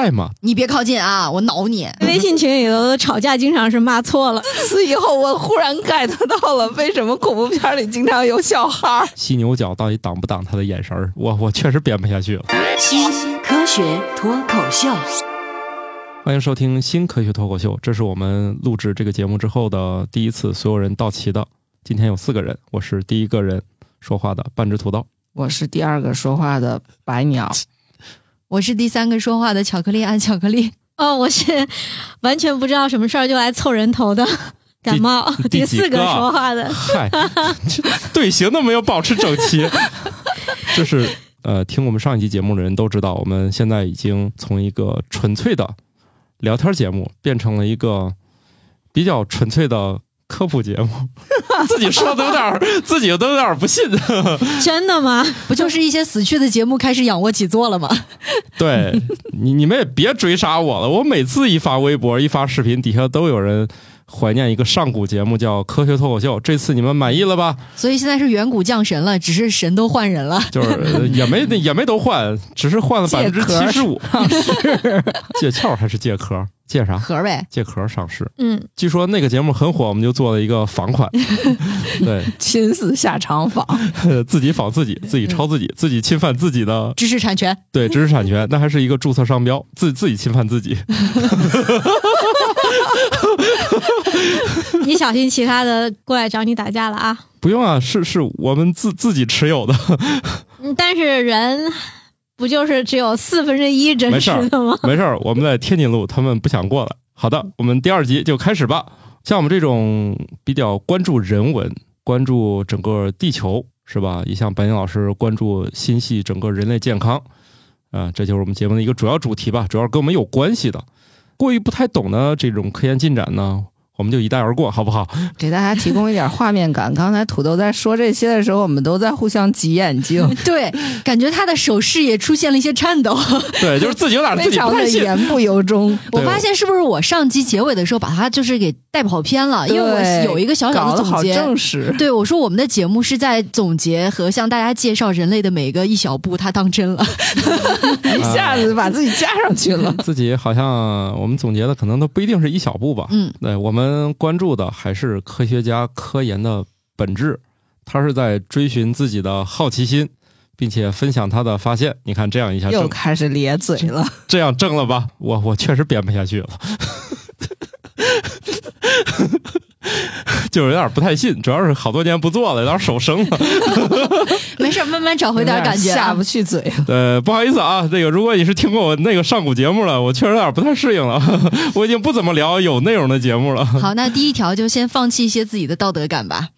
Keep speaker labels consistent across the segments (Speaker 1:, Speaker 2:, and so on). Speaker 1: 爱嘛。
Speaker 2: 你别靠近啊，我挠 你。
Speaker 3: 微信群里头的吵架经常是骂错了，
Speaker 4: 此以后我忽然 get 到了为什么恐怖片里经常有小孩儿。
Speaker 1: 犀牛角到底挡不挡他的眼神儿？我我确实编不下去了。
Speaker 5: 新科学脱口秀，
Speaker 1: 欢迎收听新科学脱口秀，这是我们录制这个节目之后的第一次，所有人到齐的。今天有四个人，我是第一个人说话的半只土豆。
Speaker 4: 我是第二个说话的白鸟，
Speaker 2: 我是第三个说话的巧克力按巧克力，
Speaker 3: 哦，我是完全不知道什么事儿就来凑人 头的感冒，
Speaker 1: 第
Speaker 3: 第
Speaker 1: 第几
Speaker 3: 四个
Speaker 1: 个啊
Speaker 3: 说话的，
Speaker 1: 嗨，这队形都没有保持整齐，就是呃，听我们上一期节目的人都知道，我们现在已经从一个纯粹的聊天节目变成了一个比较纯粹的科普节目， 自己说的有点儿，自己都有点儿不信。
Speaker 3: 真的吗？
Speaker 2: 不就是一些死去的节目开始仰卧起坐了吗？
Speaker 1: 对你，你们也别追杀我了，我每次一发微博、一发视频，底下都有人。怀念一个上古节目叫《科学脱口秀》，这次你们满意了吧？
Speaker 2: 所以现在是远古降神了，只是神都换人了。
Speaker 1: 就是呃也没也没都换，只是换了百分之七十五。 借壳还是借壳？借啥？
Speaker 2: 壳呗，
Speaker 1: 借壳上市。
Speaker 3: 嗯，
Speaker 1: 据说那个节目很火，我们就做了一个仿款，对
Speaker 4: 亲自下场访。
Speaker 1: 自己仿自己，自己抄自己，自己侵犯自己的
Speaker 2: 知识产权。
Speaker 1: 对知识产权，那还是一个注册商标，自自己侵犯自己。
Speaker 3: 你小心其他的过来找你打架了啊！
Speaker 1: 不用啊，是是我们自自己持有的，
Speaker 3: 嗯但是人不就是只有四分之一真
Speaker 1: 没事
Speaker 3: 实
Speaker 1: 儿
Speaker 3: 的 吗？
Speaker 1: 没事儿，我们在天津路，他们不想过来。好的，我们第二集就开始吧。像我们这种比较关注人文、关注整个地球，是吧？也像白宁老师关注心系整个人类健康，啊、这就是我们节目的一个主要主题吧，主要跟我们有关系的。过于不太懂的这种科研进展呢，我们就一带而过，好不好？
Speaker 4: 给大家提供一点画面感。刚才土豆在说这些的时候，我们都在互相挤眼睛，
Speaker 2: 对，感觉他的手势也出现了一些颤抖。
Speaker 1: 对，就是自己有点自
Speaker 4: 非
Speaker 1: 己
Speaker 4: 常
Speaker 1: 不太
Speaker 4: 的
Speaker 1: 信。
Speaker 4: 言不由衷。
Speaker 2: 我
Speaker 1: 对
Speaker 2: 发现是不是我上期结尾的时候把他就是给带跑偏了？因为我
Speaker 4: 对
Speaker 2: 有一个小小
Speaker 4: 搞
Speaker 2: 的
Speaker 4: 得
Speaker 2: 总
Speaker 4: 好
Speaker 2: 结。
Speaker 4: 正式，
Speaker 2: 对，我说我们的节目是在总结和向大家介绍人类的每个一小步，他当真 了。
Speaker 4: 一下子把自己加上去了。
Speaker 1: 自己好像我们总结的可能都不一定是一小步吧。
Speaker 2: 嗯，
Speaker 1: 对我们关注的还是科学家科研的本质，他是在追寻自己的好奇心，并且分享他的发现。你看这样一下
Speaker 4: 又
Speaker 1: 正
Speaker 4: 开始咧嘴了，
Speaker 1: 这样正了吧？我我确实编不下去了， 就是有点不太信，主要是好多年不做了，有点手生了。
Speaker 2: 没事儿，慢慢找回点儿感觉、
Speaker 4: 有点
Speaker 2: 啊
Speaker 4: 下。不去嘴了。
Speaker 1: 呃，不好意思啊，这个如果你是听过我那个上古节目了，我确实有点不太适应了， 我已经不怎么聊有内容的节目了。
Speaker 2: 好，那第一条就先放弃一些自己的道德感吧。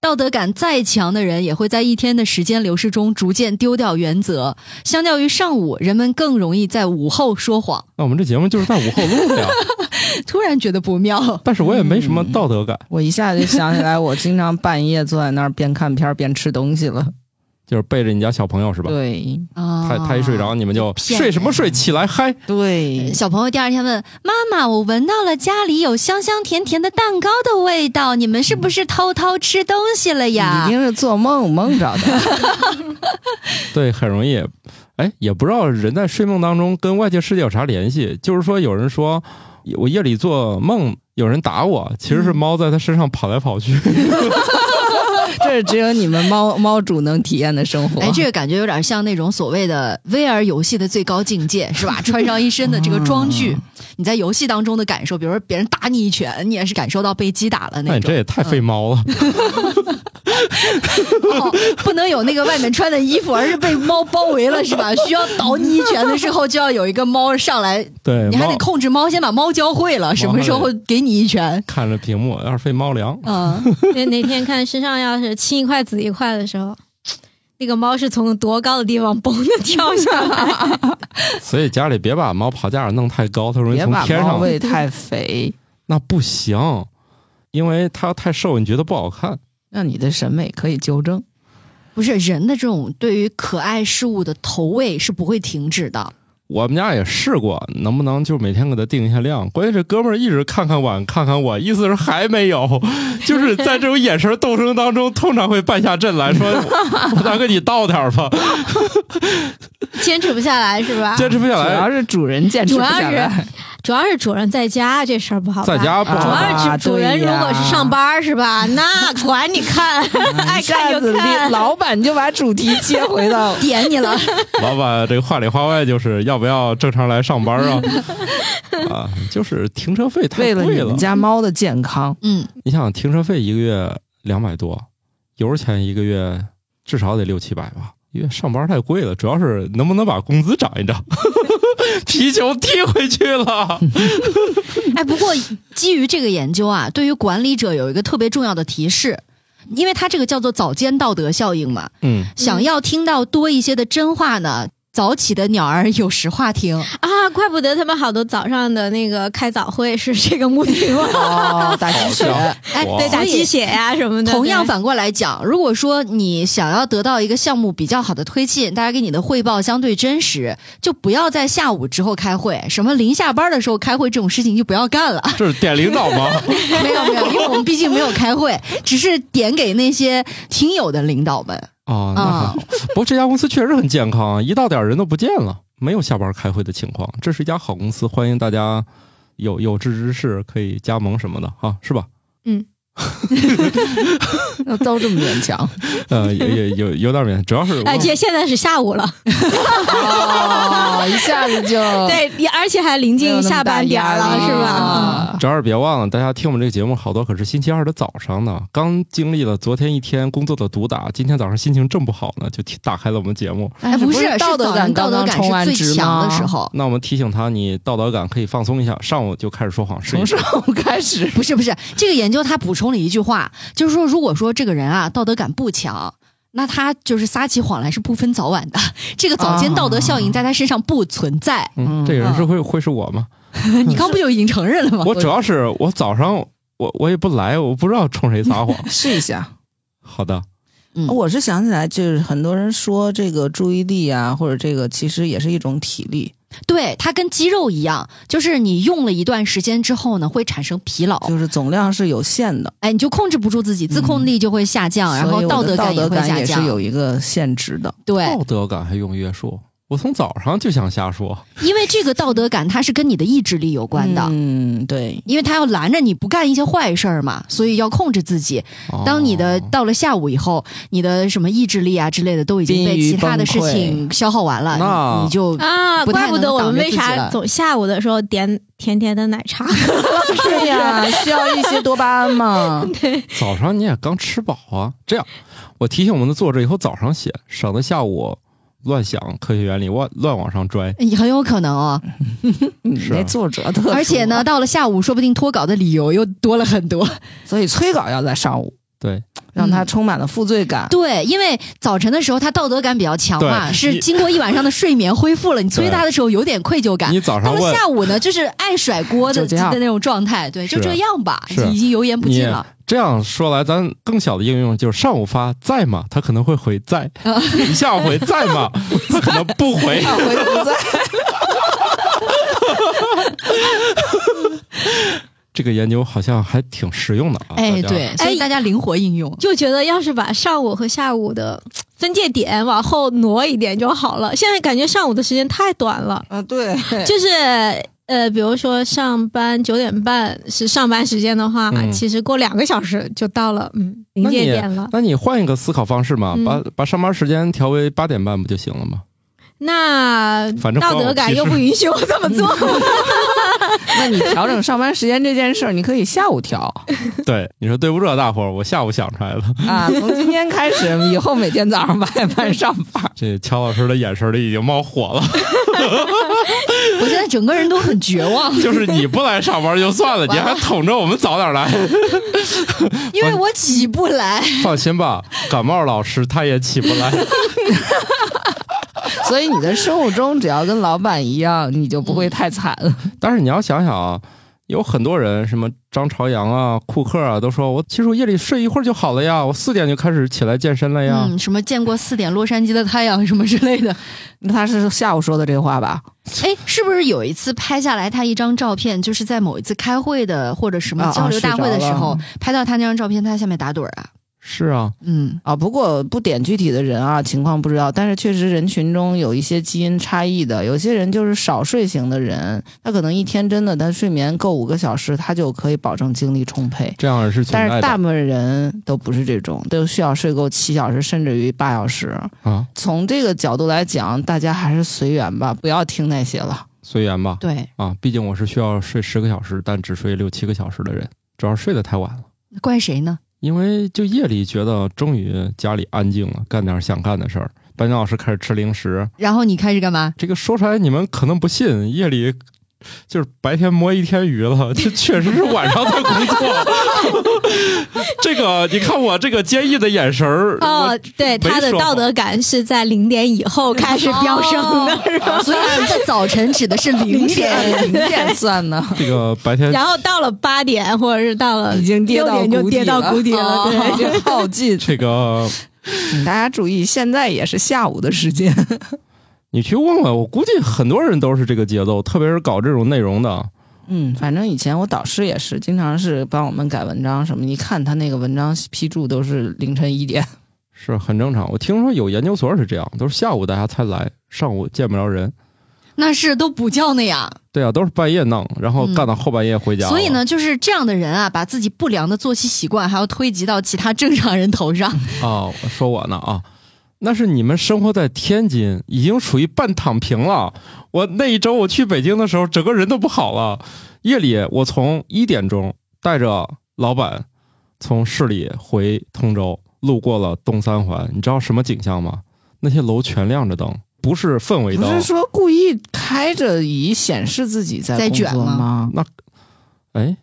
Speaker 2: 道德感再强的人，也会在一天的时间流逝中逐渐丢掉原则。相较于上午，人们更容易在午后说 谎。
Speaker 1: 那我们这节目就是在午后录 的呀，
Speaker 2: 突然觉得不妙，
Speaker 1: 但是我也没什么
Speaker 2: 嗯
Speaker 1: 道德感，
Speaker 4: 我一下就想起来，我经常半夜坐在那儿边看片儿边吃东西了。
Speaker 1: 就是背着你家小朋友是吧？
Speaker 4: 对
Speaker 2: 啊
Speaker 1: 他他一睡着，你们就
Speaker 2: 骗人
Speaker 1: 睡什么睡，起来嗨！
Speaker 4: 对，
Speaker 2: 小朋友第二天问妈妈：“我闻到了家里有香香甜甜的蛋糕的味道，你们是不是偷偷吃东西了
Speaker 4: 一
Speaker 2: 呀
Speaker 4: 定是做梦梦着的。
Speaker 1: 对，很容易。哎，也不知道人在睡梦当中跟外界世界有啥联系。就是说，有人说我夜里做梦，有人打我，其
Speaker 2: 嗯
Speaker 1: 实是猫在他身上跑来跑去。
Speaker 4: 这是只有你们猫猫主能体验的生活。？”
Speaker 1: 啊
Speaker 2: 哎，这个感觉有点像那种所谓的 VR 游戏的最高境界， 是吧？穿上一身的这个装具，
Speaker 1: 嗯
Speaker 2: 你在游戏当中的感受，比如说别人打你一拳，你也是感受到被击打了
Speaker 1: 那你
Speaker 2: 那
Speaker 1: 哎这
Speaker 2: 种。嗯
Speaker 1: 也太费猫 了。
Speaker 2: 哦 不能有那个外面穿的衣服，而是被猫包围了，是吧？需要倒你一拳的时候，就要有一个猫上来，
Speaker 1: 对，
Speaker 2: 你还得
Speaker 1: 猫
Speaker 2: 控制猫，先把猫教会了，什么时候给你一拳。
Speaker 1: 看着屏幕，有点费猫粮。
Speaker 2: 嗯，
Speaker 3: 哪哪天看身上要是青一块紫一块的时候，那个猫是从多高的地方嘣的跳下来，
Speaker 1: 所以家里别把猫跑架弄太高，它容易
Speaker 4: 别
Speaker 1: 从
Speaker 4: 把
Speaker 1: 天
Speaker 4: 猫
Speaker 1: 上。
Speaker 4: 喂太肥，
Speaker 1: 那不行，因为它要太瘦，你觉得不好看。
Speaker 4: 让你的审美可以纠正。
Speaker 2: 不是人的这种对于可爱事物的投喂是不会停止的。
Speaker 1: 我们家也试过，能不能就每天给他定一下量？关键这哥们儿一直看看碗，看看我，意思是还没有， 就是在这种眼神斗争当中，通常会败下阵来，说 我我再给你倒点儿吧，
Speaker 3: 坚持不下来是吧？
Speaker 1: 坚持不下
Speaker 4: 啊主
Speaker 1: 来
Speaker 4: 要。是主人坚持不下
Speaker 3: 主要
Speaker 4: 来，
Speaker 3: 主要是主人在家这事儿不好办，
Speaker 1: 在家不
Speaker 3: 主
Speaker 1: 好办
Speaker 3: 要
Speaker 4: 啊
Speaker 3: 是主主
Speaker 4: 对呀
Speaker 3: 人如果是上班儿是吧？那管你看， 爱
Speaker 4: 啊一下
Speaker 3: 看
Speaker 4: 子
Speaker 3: 就看。
Speaker 4: 老板就把主题切回到
Speaker 2: 点你了，
Speaker 1: 老板这个话里话外就是要不要正常来上班啊？ 啊，就是停车费太
Speaker 4: 为了
Speaker 1: 贵
Speaker 4: 你
Speaker 1: 了
Speaker 4: 们。家猫的健康，
Speaker 2: 嗯，
Speaker 1: 你想停车费一个月两百多，油钱一个月至少得六七百吧，因为上班太贵了。主要是能不能把工资涨一涨， 皮球踢回去了。
Speaker 2: 哎，不过基于这个研究啊，对于管理者有一个特别重要的提示，因为它这个叫做早间道德效应嘛，
Speaker 1: 嗯，
Speaker 2: 想要听到多一些的真话呢，早起的鸟儿有实话听。
Speaker 3: 啊，怪不得他们好多早上的那个开早会是这个目 的吗？
Speaker 4: 哦，打鸡血
Speaker 1: 好，像
Speaker 2: 哎，
Speaker 1: 哇
Speaker 3: 对，打
Speaker 2: 所以
Speaker 3: 鸡血呀、什么的。
Speaker 2: 同样
Speaker 3: 对
Speaker 2: 反过来讲，如果说你想要得到一个项目比较好的推进，大家给你的汇报相对真实，就不要在下午之后开会，什么临下班的时候开会这种事情就不要干了。
Speaker 1: 这是点领导 吗？
Speaker 2: 没有没有，因为我们毕竟没有开会，只是点给那些听友的领导们。
Speaker 1: 啊，那还好。不过这家公司确实很健康啊，一到点儿人都不见了，没有下班开会的情况。这是一家好公司，欢迎大家有有志之士可以加盟什么的啊，是吧？
Speaker 4: 都这么勉强，
Speaker 1: 呃，也也有有点远，主要是我
Speaker 3: 哎，这现在是下午了，
Speaker 4: 哦，一下子就
Speaker 3: 对，也而且还临近下班点儿了，
Speaker 4: 没有
Speaker 3: 是
Speaker 4: 那么大压
Speaker 2: 哦
Speaker 4: 力哦
Speaker 3: 吧？
Speaker 4: 了？
Speaker 1: 主要是别忘了，大家听我们这个节目，好多可是星期二的早上呢，刚经历了昨天一天工作的毒打，今天早上心情正不好呢，就提打开了我们节目。
Speaker 2: 哎，不
Speaker 4: 是，
Speaker 2: 道德感，道
Speaker 4: 刚
Speaker 2: 德
Speaker 4: 刚
Speaker 2: 感
Speaker 4: 充完
Speaker 2: 是最
Speaker 4: 值
Speaker 2: 强的
Speaker 4: 吗
Speaker 2: 时。 候。
Speaker 1: 那我们提醒他，你道德感可以放松一下，上午就开始说谎试一
Speaker 4: 从
Speaker 1: 试
Speaker 4: 上。午开始，。
Speaker 2: 不是不是，这个研究他补充了一句话，就是说，如果说这个人啊道德感不强，那他就是撒起谎来是不分早晚的， 这个早间道德效应在他身上不存在。
Speaker 1: 嗯，这个人是会会是我吗？
Speaker 2: 你刚不就已经承认了吗？
Speaker 1: 我主要是我早上我我也不来，我不知道冲谁撒 谎
Speaker 4: 试一下。
Speaker 1: 好的，
Speaker 2: 嗯
Speaker 4: 我是想起来，就是很多人说这个注意力啊，或者这个其实也是一种体力，
Speaker 2: 对，它跟肌肉一样，就是你用了一段时间之后呢，会产生疲劳，
Speaker 4: 就是总量是有限的，
Speaker 2: 哎，你就控制不住自己，自控力就会下降，哦然
Speaker 4: 所
Speaker 2: 后
Speaker 4: 以我
Speaker 2: 道
Speaker 4: 的
Speaker 2: 感
Speaker 4: 道
Speaker 2: 也
Speaker 4: 德
Speaker 2: 会
Speaker 4: 感
Speaker 2: 下
Speaker 4: 也是
Speaker 2: 降。
Speaker 4: 有一个限制的。
Speaker 2: 对
Speaker 1: 道，德感还用约束？我从早上就想瞎说。
Speaker 2: 因为这个道德感它是跟你的意志力有关的。
Speaker 4: 嗯， 对，
Speaker 2: 因为他要拦着你不干一些坏事儿嘛，所以要控制自己。
Speaker 1: 哦
Speaker 2: 当你的到了下午以后，你的什么意志力啊之类的都已经被
Speaker 4: 濒于
Speaker 2: 其他的事情消耗完了，
Speaker 1: 那
Speaker 2: 你你就
Speaker 3: 啊，
Speaker 2: 不太
Speaker 3: 怪不
Speaker 2: 能
Speaker 3: 得我
Speaker 2: 挡
Speaker 3: 们
Speaker 2: 着
Speaker 3: 为
Speaker 2: 自己
Speaker 3: 啥
Speaker 2: 了
Speaker 3: 总下午的时候点甜甜的奶茶，
Speaker 4: 对呀，需要一些多巴胺 嘛。
Speaker 1: 早上你也刚吃饱啊。这样，我提醒我们的作者以后早上写，省得下午乱想科学原理，乱乱往上拽。
Speaker 2: 你很有可能哦。
Speaker 4: 你
Speaker 1: 是
Speaker 4: 嗯那作者特殊啊
Speaker 2: 而且呢，，到了下午，说不定脱稿的理由又多了 很多。
Speaker 4: 所以催稿要在上午，
Speaker 1: 对，
Speaker 4: 让他充满了负罪感。
Speaker 2: 对，因为早晨的时候他道德感比较强嘛，
Speaker 1: 对
Speaker 2: 是
Speaker 1: 你
Speaker 2: 经过一晚上的睡眠恢复了，你催他的时候有点愧疚感。
Speaker 1: 你早
Speaker 2: 到
Speaker 1: 上
Speaker 2: 了
Speaker 1: 问
Speaker 2: 下午呢，就是爱甩锅的
Speaker 4: 就这样
Speaker 2: 的那种状态，对，就是这样吧，
Speaker 1: 是
Speaker 2: 已经油盐不
Speaker 1: 你
Speaker 2: 进了。
Speaker 1: 这样说来，咱更小的应用就是上午发在吗？他可能会回在，你下午回在吗？ 他可能不回。
Speaker 4: 上回不在，
Speaker 1: 这个研究好像还挺实用的啊。大
Speaker 2: 哎，
Speaker 1: 家
Speaker 2: 对，所以大家灵活应用。
Speaker 3: 就觉得要是把上午和下午的分界点往后挪一点就好了。现在感觉上午的时间太短了，
Speaker 4: 啊，对，
Speaker 3: 就是呃，比如说上班九点半是上班时间的话，
Speaker 1: 嗯
Speaker 3: 其实过两个小时就到了嗯临
Speaker 1: 那
Speaker 3: 界
Speaker 1: 你
Speaker 3: 点了。
Speaker 1: 那你换一个思考方式嘛，
Speaker 3: 嗯
Speaker 1: 把把上班时间调为八点半不就行了吗？
Speaker 3: 那
Speaker 1: 反正
Speaker 3: 嗯道
Speaker 1: 关我
Speaker 3: 德感
Speaker 1: 屁
Speaker 3: 又
Speaker 1: 事
Speaker 3: 不允许我这么做。
Speaker 4: 那你调整上班时间这件事儿，你可以下午调
Speaker 1: 对，你说对不住，啊大伙儿，我下午想出来了。
Speaker 4: 啊。从今天开始，以后每天早上八点半上班。
Speaker 1: 这乔老师的眼神里已经冒火了，
Speaker 2: 我现在整个人都很绝望，
Speaker 1: 就是你不来上班就算了，你还捅着我们早 点来。
Speaker 2: 因为我起 不来。
Speaker 1: 放心吧，感冒老师他也起不来。
Speaker 4: 所以你嗯的生物钟只要跟老板一样，你就不会太惨。
Speaker 1: 但是你要想想啊，有很多人，什么张朝阳啊、库克啊，都说我其实我夜里睡一会儿就好了呀，我四点就开始起来健身了哎呀。
Speaker 2: 嗯，什么见过四点洛杉矶的太阳什么之类 的。
Speaker 4: 那他是下午说的这话吧？
Speaker 2: 哎，是不是有一次拍下来他一张照片，就是在某一次开会的或者什么
Speaker 4: 啊
Speaker 2: 交流大会的时候，
Speaker 4: 啊
Speaker 2: 拍到他那张照片，他在下面打盹儿啊？
Speaker 1: 是啊，
Speaker 2: 嗯，
Speaker 4: 啊，不过不点具体的人啊，情况不知道，但是确实人群中有一些基因差异的，有些人就是少睡型的人，他可能一天真的他睡眠够五个小时，他就可以保证精力充沛。
Speaker 1: 这样是存
Speaker 4: 但
Speaker 1: 在的
Speaker 4: 是大部分人都不是这种，都需要睡够七小时，甚至于八小时。
Speaker 1: 啊，
Speaker 4: 从这个角度来讲，大家还是随缘吧，不要听那些了。
Speaker 1: 随缘吧。
Speaker 2: 对，
Speaker 1: 啊，毕竟我是需要睡十个小时，但只睡六七个小时的人，主要是睡得太晚了。
Speaker 2: 怪谁呢？
Speaker 1: 因为就夜里觉得终于家里安静了，干点想干的事儿。班长老师开始吃零食，
Speaker 2: 然后你开始干嘛？
Speaker 1: 这个说出来你们可能不信，夜里就是白天摸一天鱼了， 这确实是晚上在工作。 这个你看我这个坚毅的眼神儿，
Speaker 3: 哦，对，他的
Speaker 1: 没说
Speaker 3: 道德感是在零点以后开始飙升的，是 吧？
Speaker 2: 所以他的早晨指的是零点。
Speaker 4: 零点算呢？
Speaker 1: 我这个白天
Speaker 3: 然后到了八点，或者是到了
Speaker 4: 已经跌
Speaker 3: 六
Speaker 4: 到
Speaker 3: 点就
Speaker 4: 谷底
Speaker 3: 跌到
Speaker 4: 了哦
Speaker 3: 谷底了，对。
Speaker 4: 已 经耗尽。
Speaker 1: 这个
Speaker 4: 大家注意，现在也是下午的时间。
Speaker 1: 你去问问，我估计很多人都是这个节奏，特别是搞这种内容的。
Speaker 4: 嗯，反正以前我导师也是，经常是帮我们改文章什么。一看他那个文章批注都是凌晨一点，
Speaker 1: 是很正常。我听说有研究所是这样，都是下午大家才来，上午见不着人。
Speaker 2: 那是都补觉呢呀。
Speaker 1: 对啊，都是半夜弄，然后干到后半夜回家、
Speaker 2: 所以，呢，就是这样的人啊，把自己不良的作息习惯还要推及到其他正常人头上。
Speaker 1: 啊、说我呢啊，那是你们生活在天津，已经属于半躺平了。我那一周我去北京的时候，整个人都不好了。夜里我从一点钟带着老板从市里回通州，路过了东三环，你知道什么景象吗？那些楼全亮着灯，不是氛围
Speaker 4: 不
Speaker 1: 灯，
Speaker 4: 是说故意开着以显示自己在
Speaker 2: 在
Speaker 4: 工
Speaker 2: 卷
Speaker 4: 作
Speaker 2: 吗
Speaker 4: 吗？
Speaker 1: 哎，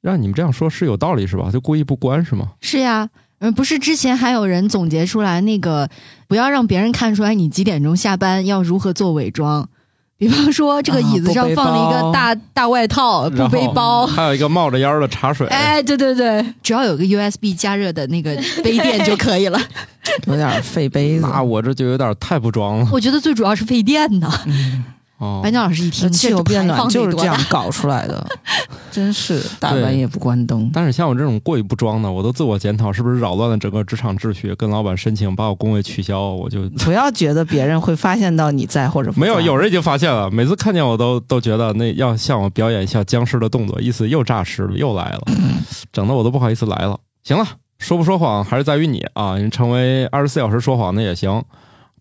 Speaker 1: 让你们这样说是有道理是吧？就故意不关是吗？
Speaker 2: 是呀，嗯，不是之前还有人总结出来那个，不要让别人看出来你几点钟下班，要如何做伪装。比方说，这个
Speaker 4: 啊
Speaker 2: 椅子
Speaker 4: 不
Speaker 2: 上
Speaker 4: 背
Speaker 2: 放了一个
Speaker 4: 包
Speaker 2: 大大外套，不
Speaker 1: 然
Speaker 2: 背
Speaker 1: 后
Speaker 2: 包，
Speaker 1: 还有一个冒着烟儿的茶
Speaker 4: 嗯
Speaker 1: 水，
Speaker 2: 哎，对对对，只要有个 USB 加热的那 个杯垫就可以了。
Speaker 4: 有点费杯子。
Speaker 1: 那我这就有点太不装了
Speaker 2: 我觉得最主要是费电呢。
Speaker 1: 哦
Speaker 4: 哎
Speaker 2: 白。鸟老师一听，
Speaker 4: 气
Speaker 2: 这
Speaker 4: 候
Speaker 2: 个
Speaker 4: 变
Speaker 2: 排
Speaker 4: 暖
Speaker 2: 放
Speaker 4: 就是
Speaker 2: 得多
Speaker 4: 这样
Speaker 2: 大
Speaker 4: 搞出 来的，真是大半夜不关灯。
Speaker 1: 但是像我这种过于不装的，我都自我检讨，是不是扰乱了整个职场秩序？跟老板申请把我工位取消，我 就
Speaker 4: 不要觉得别人会发现到你在或者不
Speaker 1: 没有。
Speaker 4: 在
Speaker 2: 啊
Speaker 1: 有人已经发现了，每次看见我都都觉得那要向我表演一下僵尸的动作，意思又诈尸了，又 来了，整的我都不好意思来了。行了，说不说谎还是在于你啊，你成为二十四小时说谎的也行。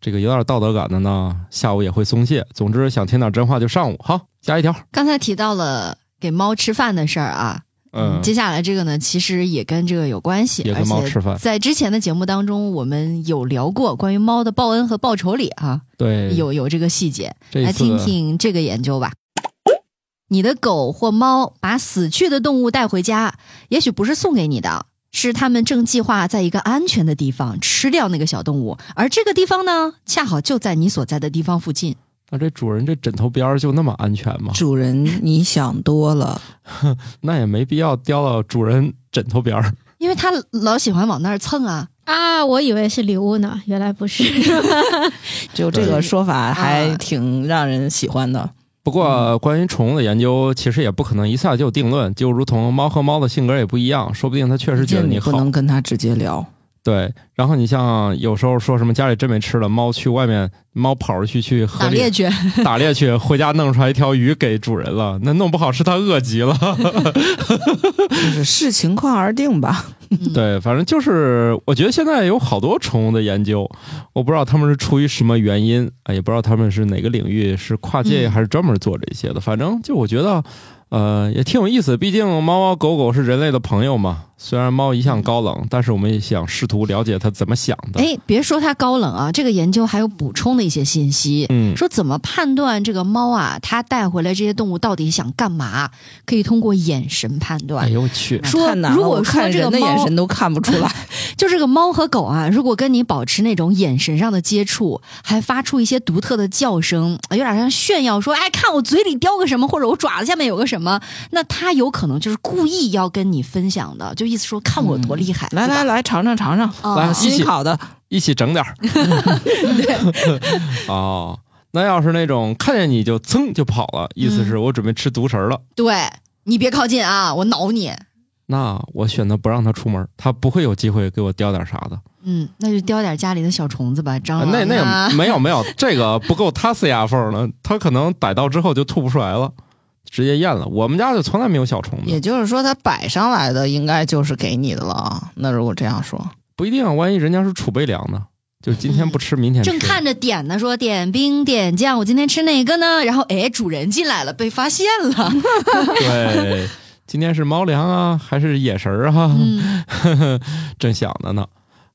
Speaker 1: 这个有点道德感的呢，下午也会松懈。总之，想听点真话就上午。好，下一条。
Speaker 2: 刚才提到了给猫吃饭的事儿啊，
Speaker 1: 嗯，
Speaker 2: 接下来这个呢，其实也跟这个有关系，
Speaker 1: 也跟猫吃饭
Speaker 2: 而且在之前的节目当中，我们有聊过关于猫的报恩和报仇里啊，
Speaker 1: 对，
Speaker 2: 有有这个细节，
Speaker 1: 这一
Speaker 2: 来
Speaker 1: 次
Speaker 2: 听听这个研究吧。你的狗或猫把死去的动物带回家，也许不是送给你的，是他们正计划在一个安全的地方吃掉那个小动物，而这个地方呢，恰好就在你所在的地方附近。
Speaker 1: 那啊这主人这枕头边儿就那么安全吗？
Speaker 4: 主人，你想多了。
Speaker 1: 那也没必要叼到主人枕头边儿。
Speaker 2: 因为它老喜欢往那儿蹭啊，
Speaker 3: 啊，我以为是礼物呢，原来不是。
Speaker 4: 就这
Speaker 1: 对
Speaker 4: 个说法
Speaker 2: 啊
Speaker 4: 还挺让人喜欢的。
Speaker 1: 不过，关于宠物的研究，其实也不可能一下就有定论，就如同猫和猫的性格也不一样，说不定它确实觉
Speaker 4: 这
Speaker 1: 得
Speaker 4: 你不
Speaker 1: 好。
Speaker 4: 能跟他直接聊。
Speaker 1: 对，然后你像有时候说什么家里真没吃的，猫去外面，猫跑出去去河
Speaker 2: 打
Speaker 1: 里
Speaker 2: 猎去。
Speaker 1: 打猎去，回家弄出来一条鱼给主人了，那弄不好是它饿极了。
Speaker 4: 就是视情况而定吧。
Speaker 2: 嗯
Speaker 1: 对，反正就是，我觉得现在有好多宠物的研究，我不知道他们是出于什么原因啊，也不知道他们是哪个领域，是跨界
Speaker 2: 嗯
Speaker 1: 还是专门做这些的。反正就我觉得，呃，也挺有意思。毕竟猫猫狗狗是人类的朋友嘛，虽然猫一向高冷，但是我们也想试图了解它怎么想的。
Speaker 2: 哎，别说它高冷啊，这个研究还有补充的一些信息，
Speaker 1: 嗯，
Speaker 2: 说怎么判断这个猫啊，它带回来这些动物到底想干嘛，可以通过眼神判
Speaker 1: 哎
Speaker 2: 断。
Speaker 1: 呦我 去，
Speaker 2: 说
Speaker 4: 看哪
Speaker 2: 如果
Speaker 4: 我
Speaker 2: 说
Speaker 4: 看
Speaker 2: 这个
Speaker 4: 人的眼
Speaker 2: 猫
Speaker 4: 神都看不出来，
Speaker 2: 就这个猫和狗啊，如果跟你保持那种眼神上的接触，还发出一些独特的叫声，有点像炫耀说：“哎，看我嘴里叼个什么，或者我爪子下面有个什么，那他有可能就是故意要跟你分享的，就意思说看我多厉害，
Speaker 4: 嗯来来来，尝尝尝尝，
Speaker 2: 啊，
Speaker 1: 来
Speaker 4: 新烤的，
Speaker 1: 一起整点儿。 哦，那要是那种看见你就噌就跑了，意思是我准备吃独食儿了，
Speaker 2: 对你别靠近啊，我挠你。
Speaker 1: 那我选择不让他出门，他不会有机会给我叼点啥的。
Speaker 2: 嗯，那就叼点家里的小虫子吧，蟑
Speaker 1: 呃
Speaker 2: 螂、啊。
Speaker 1: 那那个没有没有，这个不够他塞牙缝呢，他可能逮到之后就吐不出来了，直接咽了。我们家就从来没有小虫子
Speaker 4: 也，就是说，它摆上来的应该就是给你的了啊。那如果这样说，
Speaker 1: 不一定，啊万一人家是储备粮呢，就是今天不吃，明天吃。
Speaker 2: 正看着点呢，说点冰点酱，我今天吃哪个呢？然后哎，主人进来了，被发现了。
Speaker 1: 对，今天是猫粮啊，还是野食儿啊？
Speaker 2: 嗯，
Speaker 1: 正想着呢。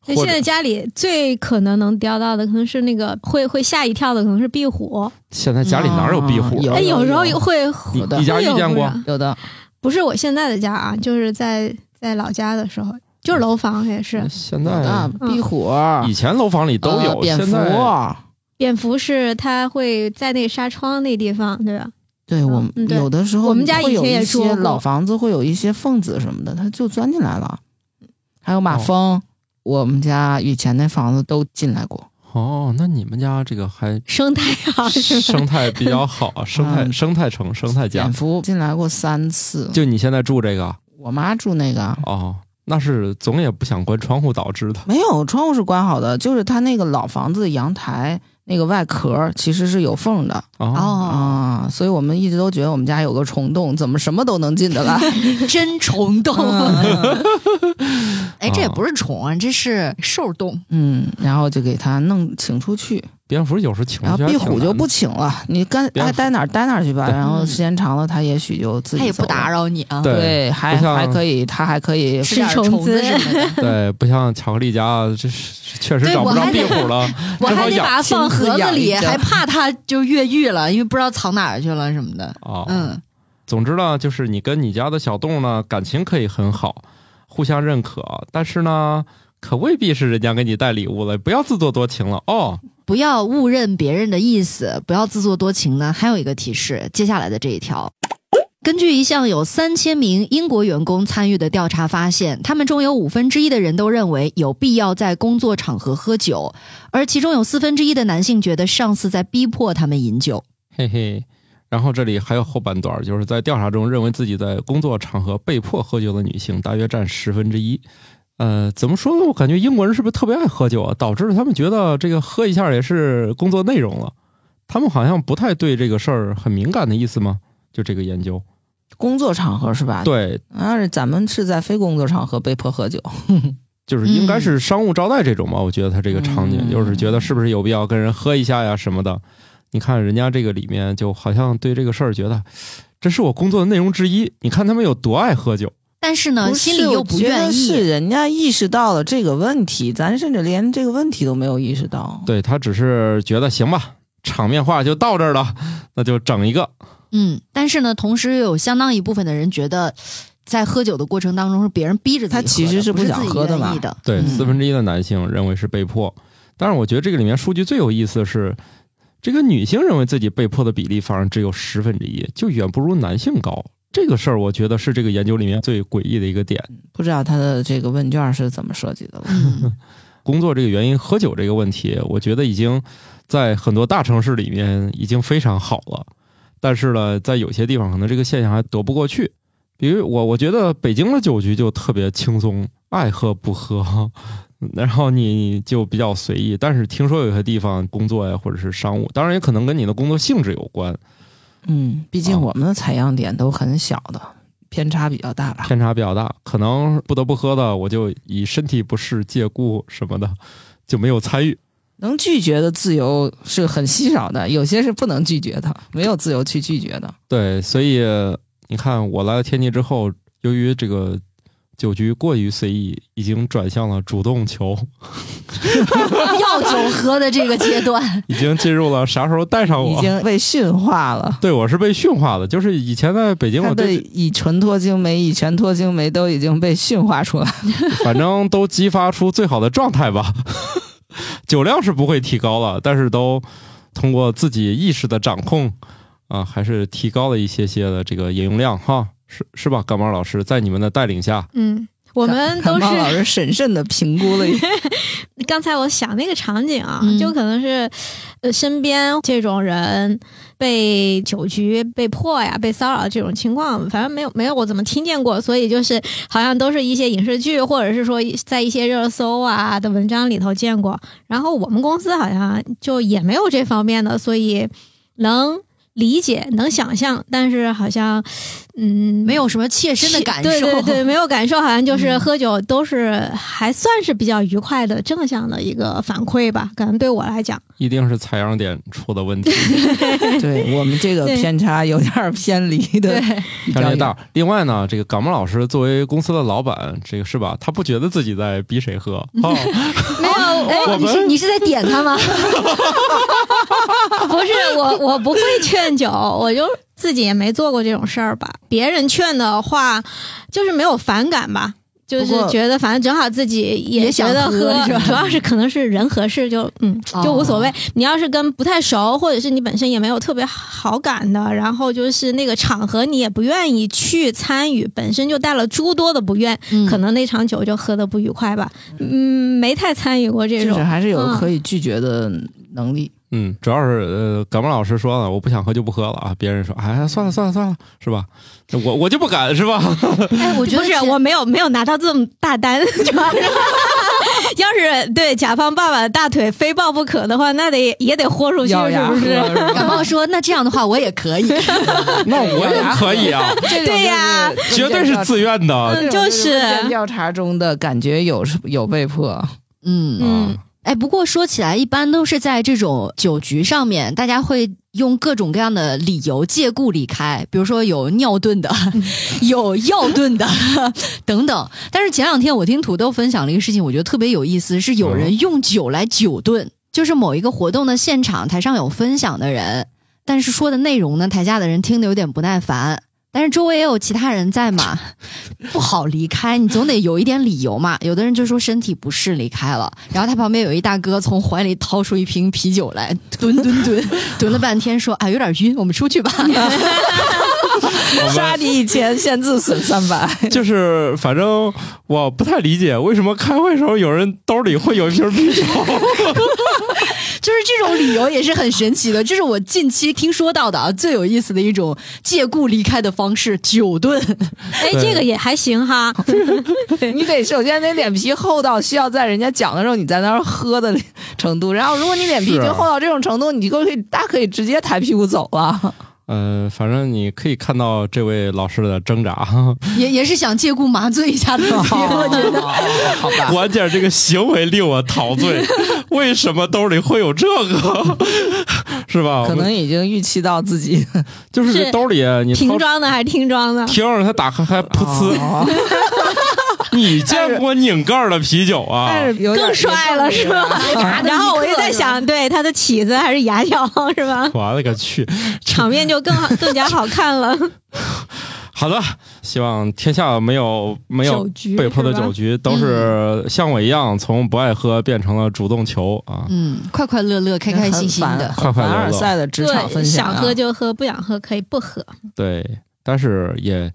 Speaker 3: 那
Speaker 1: 或
Speaker 3: 现
Speaker 1: 者
Speaker 3: 在家里最可能能叼到的，可能是那个会会吓一跳的，可能是壁虎。
Speaker 1: 现在家里哪哦有壁虎
Speaker 4: 嗯有
Speaker 1: 啊？
Speaker 3: 哎，有时候
Speaker 4: 有
Speaker 3: 会
Speaker 1: 你
Speaker 4: 有的
Speaker 1: 你家遇见过？
Speaker 4: 有的
Speaker 3: 不是我现在的家啊，就是在在老家的时候，就是楼房也是。
Speaker 1: 现
Speaker 4: 有的
Speaker 1: 在，
Speaker 4: 壁虎
Speaker 1: 以前楼房里都
Speaker 4: 呃
Speaker 1: 有，
Speaker 4: 蝙
Speaker 1: 现
Speaker 4: 蝠。
Speaker 1: 在
Speaker 3: 蝙蝠是它会在那纱窗那地方，对吧？
Speaker 4: 对我们
Speaker 3: 嗯对
Speaker 4: 有的时候，
Speaker 3: 我们家以前也捉过
Speaker 4: 老房子会有一些缝子什么的，它就钻进来了。还有马蜂，我们家以前那房子都进来过。
Speaker 1: 哦，那你们家这个还
Speaker 3: 生态好是吧？
Speaker 1: 生态比较好啊，生态
Speaker 4: 嗯
Speaker 1: 生态城、生态家
Speaker 4: 蝙。蝠进来过三次，
Speaker 1: 就你现在住这个
Speaker 4: 我妈住那个啊
Speaker 1: 哦，那是总也不想关窗户导致的。
Speaker 4: 没有窗户是关好的，就是它那个老房子的阳台那个外壳其实是有缝的
Speaker 1: 哦，
Speaker 2: 哦，
Speaker 4: 啊，所以我们一直都觉得我们家有个虫洞，怎么什么都能进得来？
Speaker 2: 真虫洞。
Speaker 4: 嗯
Speaker 2: 哎，这也不是虫啊，这是兽洞。
Speaker 4: 嗯，然后就给它弄请出去，
Speaker 1: 蝙蝠有时候情绪
Speaker 4: 然后
Speaker 1: 还
Speaker 4: 壁
Speaker 1: 挺
Speaker 4: 虎
Speaker 1: 难
Speaker 4: 就
Speaker 1: 的
Speaker 4: 不请了，你干
Speaker 1: 蝙
Speaker 4: 爱
Speaker 1: 蝠
Speaker 4: 待哪儿待哪儿去吧。
Speaker 1: 对
Speaker 4: 然后
Speaker 2: 嗯
Speaker 4: 时间长了，它也许就自己
Speaker 2: 它也
Speaker 4: 走
Speaker 2: 不
Speaker 4: 了
Speaker 2: 打。扰你啊，
Speaker 1: 对
Speaker 4: 对，还
Speaker 1: 不像
Speaker 4: 还可以，它还可以
Speaker 2: 吃点
Speaker 3: 吃虫
Speaker 2: 虫
Speaker 3: 子
Speaker 2: 什么的。
Speaker 1: 对，不像巧克力家，这是确实
Speaker 2: 对
Speaker 1: 找
Speaker 2: 我
Speaker 1: 不着
Speaker 2: 还
Speaker 1: 壁
Speaker 2: 得
Speaker 1: 虎了。
Speaker 2: 我
Speaker 1: 正好
Speaker 2: 还得
Speaker 1: 养
Speaker 2: 把它放
Speaker 4: 亲自
Speaker 2: 盒子
Speaker 4: 养
Speaker 2: 里，
Speaker 4: 一张
Speaker 2: 还怕它就越狱了，因为不知道藏哪儿去了什么的。
Speaker 1: 哦，
Speaker 2: 嗯，
Speaker 1: 总之呢，就是你跟你家的小动物呢感情可以很好，互相认可，但是呢，可未必是人家给你带礼物了，不要自作多情了哦。
Speaker 2: 不要误认别人的意思，不要自作多情呢。还有一个提示，接下来的这一条。根据一项有三千名英国员工参与的调查发现，他们中有五分之一的人都认为有必要在工作场合喝酒，而其中有四分之一的男性觉得上司在逼迫他们饮酒。
Speaker 1: 嘿嘿，然后这里还有后半段，就是在调查中认为自己在工作场合被迫喝酒的女性，大约占十分之一。呃，怎么说呢？我感觉英国人是不是特别爱喝酒啊？导致他们觉得这个喝一下也是工作内容了，他们好像不太对这个事儿很敏感的意思吗？就这个研究，
Speaker 4: 工作场合是吧？，
Speaker 1: 对，
Speaker 4: 要是咱们是在非工作场合被迫喝酒，
Speaker 1: 就是应该是商务招待这种吧，我觉得他这个场景
Speaker 4: 嗯
Speaker 1: 就是觉得是不是有必要跟人喝一下呀什么的。你看人家这个里面就好像对这个事儿觉得，这是我工作的内容之一。你看他们有多爱喝酒，
Speaker 2: 但是呢，
Speaker 4: 不
Speaker 2: 呃心
Speaker 4: 是
Speaker 2: 里又
Speaker 4: 我
Speaker 2: 不
Speaker 4: 觉得
Speaker 2: 愿
Speaker 4: 是
Speaker 2: 意。
Speaker 4: 人家意识到了这个问题，咱甚至连这个问题都没有意识到。
Speaker 1: 对他只是觉得行吧，场面话就到这儿了，那就整一个。
Speaker 2: 嗯，但是呢，同时又有相当一部分的人觉得，在喝酒的过程当中是别人逼着自己喝的，
Speaker 4: 他其实是
Speaker 2: 不
Speaker 4: 不想
Speaker 2: 自己
Speaker 4: 喝的
Speaker 2: 愿
Speaker 4: 嘛
Speaker 2: 意的。
Speaker 1: 对，
Speaker 4: 嗯
Speaker 1: 四分之一的男性认为是被迫，但是我觉得这个里面数据最有意思的是，这个女性认为自己被迫的比例反而只有十分之一，就远不如男性高。这个事儿，我觉得是这个研究里面最诡异的一个点。
Speaker 4: 不知道他的这个问卷是怎么设计的了。
Speaker 2: 嗯，
Speaker 1: 工作这个原因，喝酒这个问题，我觉得已经在很多大城市里面已经非常好了，但是呢，在有些地方可能这个现象还躲不过去。比如我，我觉得北京的酒局就特别轻松，爱喝不喝，然后你就比较随意。但是听说有些地方工作呀，或者是商务，当然也可能跟你的工作性质有关，
Speaker 4: 嗯，毕竟
Speaker 1: 啊
Speaker 4: 我们的采样点都很小的，偏差比较大吧。
Speaker 1: 偏差比较大，可能不得不喝的，我就以身体不适借故什么的，就没有参与。
Speaker 4: 能拒绝的自由是很稀少的，有些是不能拒绝的，没有自由去拒绝的。
Speaker 1: 对，所以你看，我来了天津之后，由于这个酒局过于随意，已经转向了主动求，
Speaker 2: 要酒喝的这个阶段，
Speaker 1: 已经进入了啥时候带上
Speaker 4: 已
Speaker 1: 哦我。
Speaker 4: 经被驯化了。
Speaker 1: 对，我是被驯化的，就是以前在北京，
Speaker 4: 他
Speaker 1: 我
Speaker 4: 的
Speaker 1: 对，
Speaker 4: 乙醇脱精酶、乙醛脱精酶都已经被驯化出来。
Speaker 1: 反正都激发出最好的状态吧。酒量是不会提高了，但是都通过自己意识的掌控，啊，还是提高了一些些的这个饮用量哈，是是吧？感冒老师在你们的带领下，
Speaker 3: 嗯，我们都
Speaker 4: 感
Speaker 1: 啊
Speaker 4: 冒老
Speaker 3: 是
Speaker 4: 师审慎的评估了一 下，
Speaker 3: 刚才我想那个场景啊，
Speaker 2: 嗯
Speaker 3: 就可能是呃身边这种人被酒局、被迫呀、被骚扰这种情况，反正没有没有我怎么听见过，所以就是好像都是一些影视剧或者是说一在一些热搜啊的文章里头见过。然后我们公司好像就也没有这方面的，所以能理解、能想象，但是好像嗯
Speaker 2: 没有什么切身的感受。
Speaker 3: 对 对对，没有感受，好像就是
Speaker 2: 嗯
Speaker 3: 喝酒都是还算是比较愉快的、正向的一个反馈吧。可能对我来讲，
Speaker 1: 一定是采样点出的问题，
Speaker 4: 对我们这个
Speaker 3: 对
Speaker 4: 偏差有点儿偏离的，比
Speaker 1: 干
Speaker 4: 较
Speaker 1: 这
Speaker 4: 远
Speaker 1: 大。另外呢，这个感冒老师作为公司的老板，这个是吧？他不觉得自己在逼谁喝哦，
Speaker 3: 没有，
Speaker 1: 我
Speaker 3: 哎，
Speaker 1: 们
Speaker 3: 你是你是在点他吗？不是，我我不会劝酒，我就自己也没做过这种事儿吧。别人劝的话，就是没有反感吧。就
Speaker 4: 不
Speaker 3: 是
Speaker 4: 过
Speaker 3: 觉得反正正好自己
Speaker 2: 也
Speaker 3: 也
Speaker 2: 想
Speaker 3: 觉得
Speaker 2: 喝
Speaker 3: 喝
Speaker 2: 是吧，哦
Speaker 3: 主要是可能是人合适就嗯就无所谓。你要是跟不太熟，或者是你本身也没有特别好感的，然后就是那个场合你也不愿意去参与，本身就带了诸多的不愿，
Speaker 2: 嗯
Speaker 3: 可能那场酒就喝的不愉快吧。嗯，没太参与过这
Speaker 4: 就是
Speaker 3: 种。
Speaker 4: 还是有
Speaker 3: 嗯
Speaker 4: 可以拒绝的能力。
Speaker 1: 嗯，主要是呃，感冒老师说了，我不想喝就不喝了啊。别人说，哎，算了算了算了，是吧？我我就不敢是吧？
Speaker 2: 哎，我觉得
Speaker 3: 不是，
Speaker 2: 前
Speaker 3: 我没有没有拿到这么大单， 主要是要是对甲方爸爸的大腿非抱不可的话，那得也得豁出去，
Speaker 4: 咬
Speaker 3: 是
Speaker 4: 牙
Speaker 3: 不是？
Speaker 4: 喝吧
Speaker 2: 感 冒说，那这样的话我也可 以。
Speaker 1: 那我也可以啊，
Speaker 4: 这种
Speaker 3: 对呀
Speaker 4: 就是
Speaker 1: 绝对是自愿的。
Speaker 3: 嗯
Speaker 4: 这种
Speaker 3: 就是是
Speaker 4: 问卷调查中的感觉有有被迫，
Speaker 2: 嗯，
Speaker 3: 嗯
Speaker 1: 啊，
Speaker 2: 哎，不过说起来，一般都是在这种酒局上面，大家会用各种各样的理由借故离开，比如说有尿遁的， 有药遁的等等。但是前两天我听土豆分享了一个事情，我觉得特别有意思，是有人用酒来酒遁，就是某一个活动的现场，台上有分享的人，但是说的内容呢，台下的人听得有点不耐烦。但是周围也有其他人在嘛，不好离开，你总得有一点理由嘛。有的人就说身体不适离开了，然后他旁边有一大哥从怀里掏出一瓶啤酒来，吨吨吨，吨了半天说啊有点晕，我们出去吧。
Speaker 1: 我
Speaker 4: 杀
Speaker 1: 们
Speaker 4: 敌一千，先自损三百。
Speaker 1: 就是反正我不太理解，为什么开会时候有人兜里会有一瓶啤酒？
Speaker 2: 就是这种理由也是很神奇的，这是我近期听说到的啊最有意思的一种借故离开的方式——酒遁。
Speaker 3: 哎，这个也还行哈。
Speaker 4: 你得首先得脸皮厚到需要在人家讲的时候你在那儿喝的程度，然后如果你脸皮已
Speaker 1: 是啊
Speaker 4: 经厚到这种程度，你就可以大可以直接抬屁股走 了。
Speaker 1: 呃，反正你可以看到这位老师的挣扎，
Speaker 2: 也也是想借故麻醉一下 自己，
Speaker 4: 哦
Speaker 2: 我觉得。
Speaker 4: 好 吧，
Speaker 1: 关键这个行为令我陶醉。为什么兜里会有这个？ 是吧？
Speaker 4: 可能已经预期到 自己
Speaker 1: 就是这
Speaker 3: 是
Speaker 1: 兜里你掏
Speaker 3: 瓶装的还是听装的？
Speaker 1: 听着它打开还噗呲。
Speaker 4: 哦
Speaker 1: 你见过拧盖儿的啤酒 啊？
Speaker 4: 但是有点
Speaker 3: 更帅了是吧？ 然后我就在想，对他的起子还是牙条是 吧？
Speaker 1: 我勒个去！
Speaker 3: 场面就更好，更加好看了。
Speaker 1: 好的，希望天下没有没有
Speaker 3: 酒局嗯
Speaker 1: 被迫的酒
Speaker 3: 局，
Speaker 1: 局，都是像我一样从不爱喝变成了主动求啊。
Speaker 2: 嗯，快快乐乐、开开心心的。
Speaker 1: 快快乐乐
Speaker 4: 凡尔赛的职场
Speaker 3: 对，
Speaker 4: 分享啊，
Speaker 3: 想喝就喝，不想喝可以不喝。
Speaker 1: 对，但是也，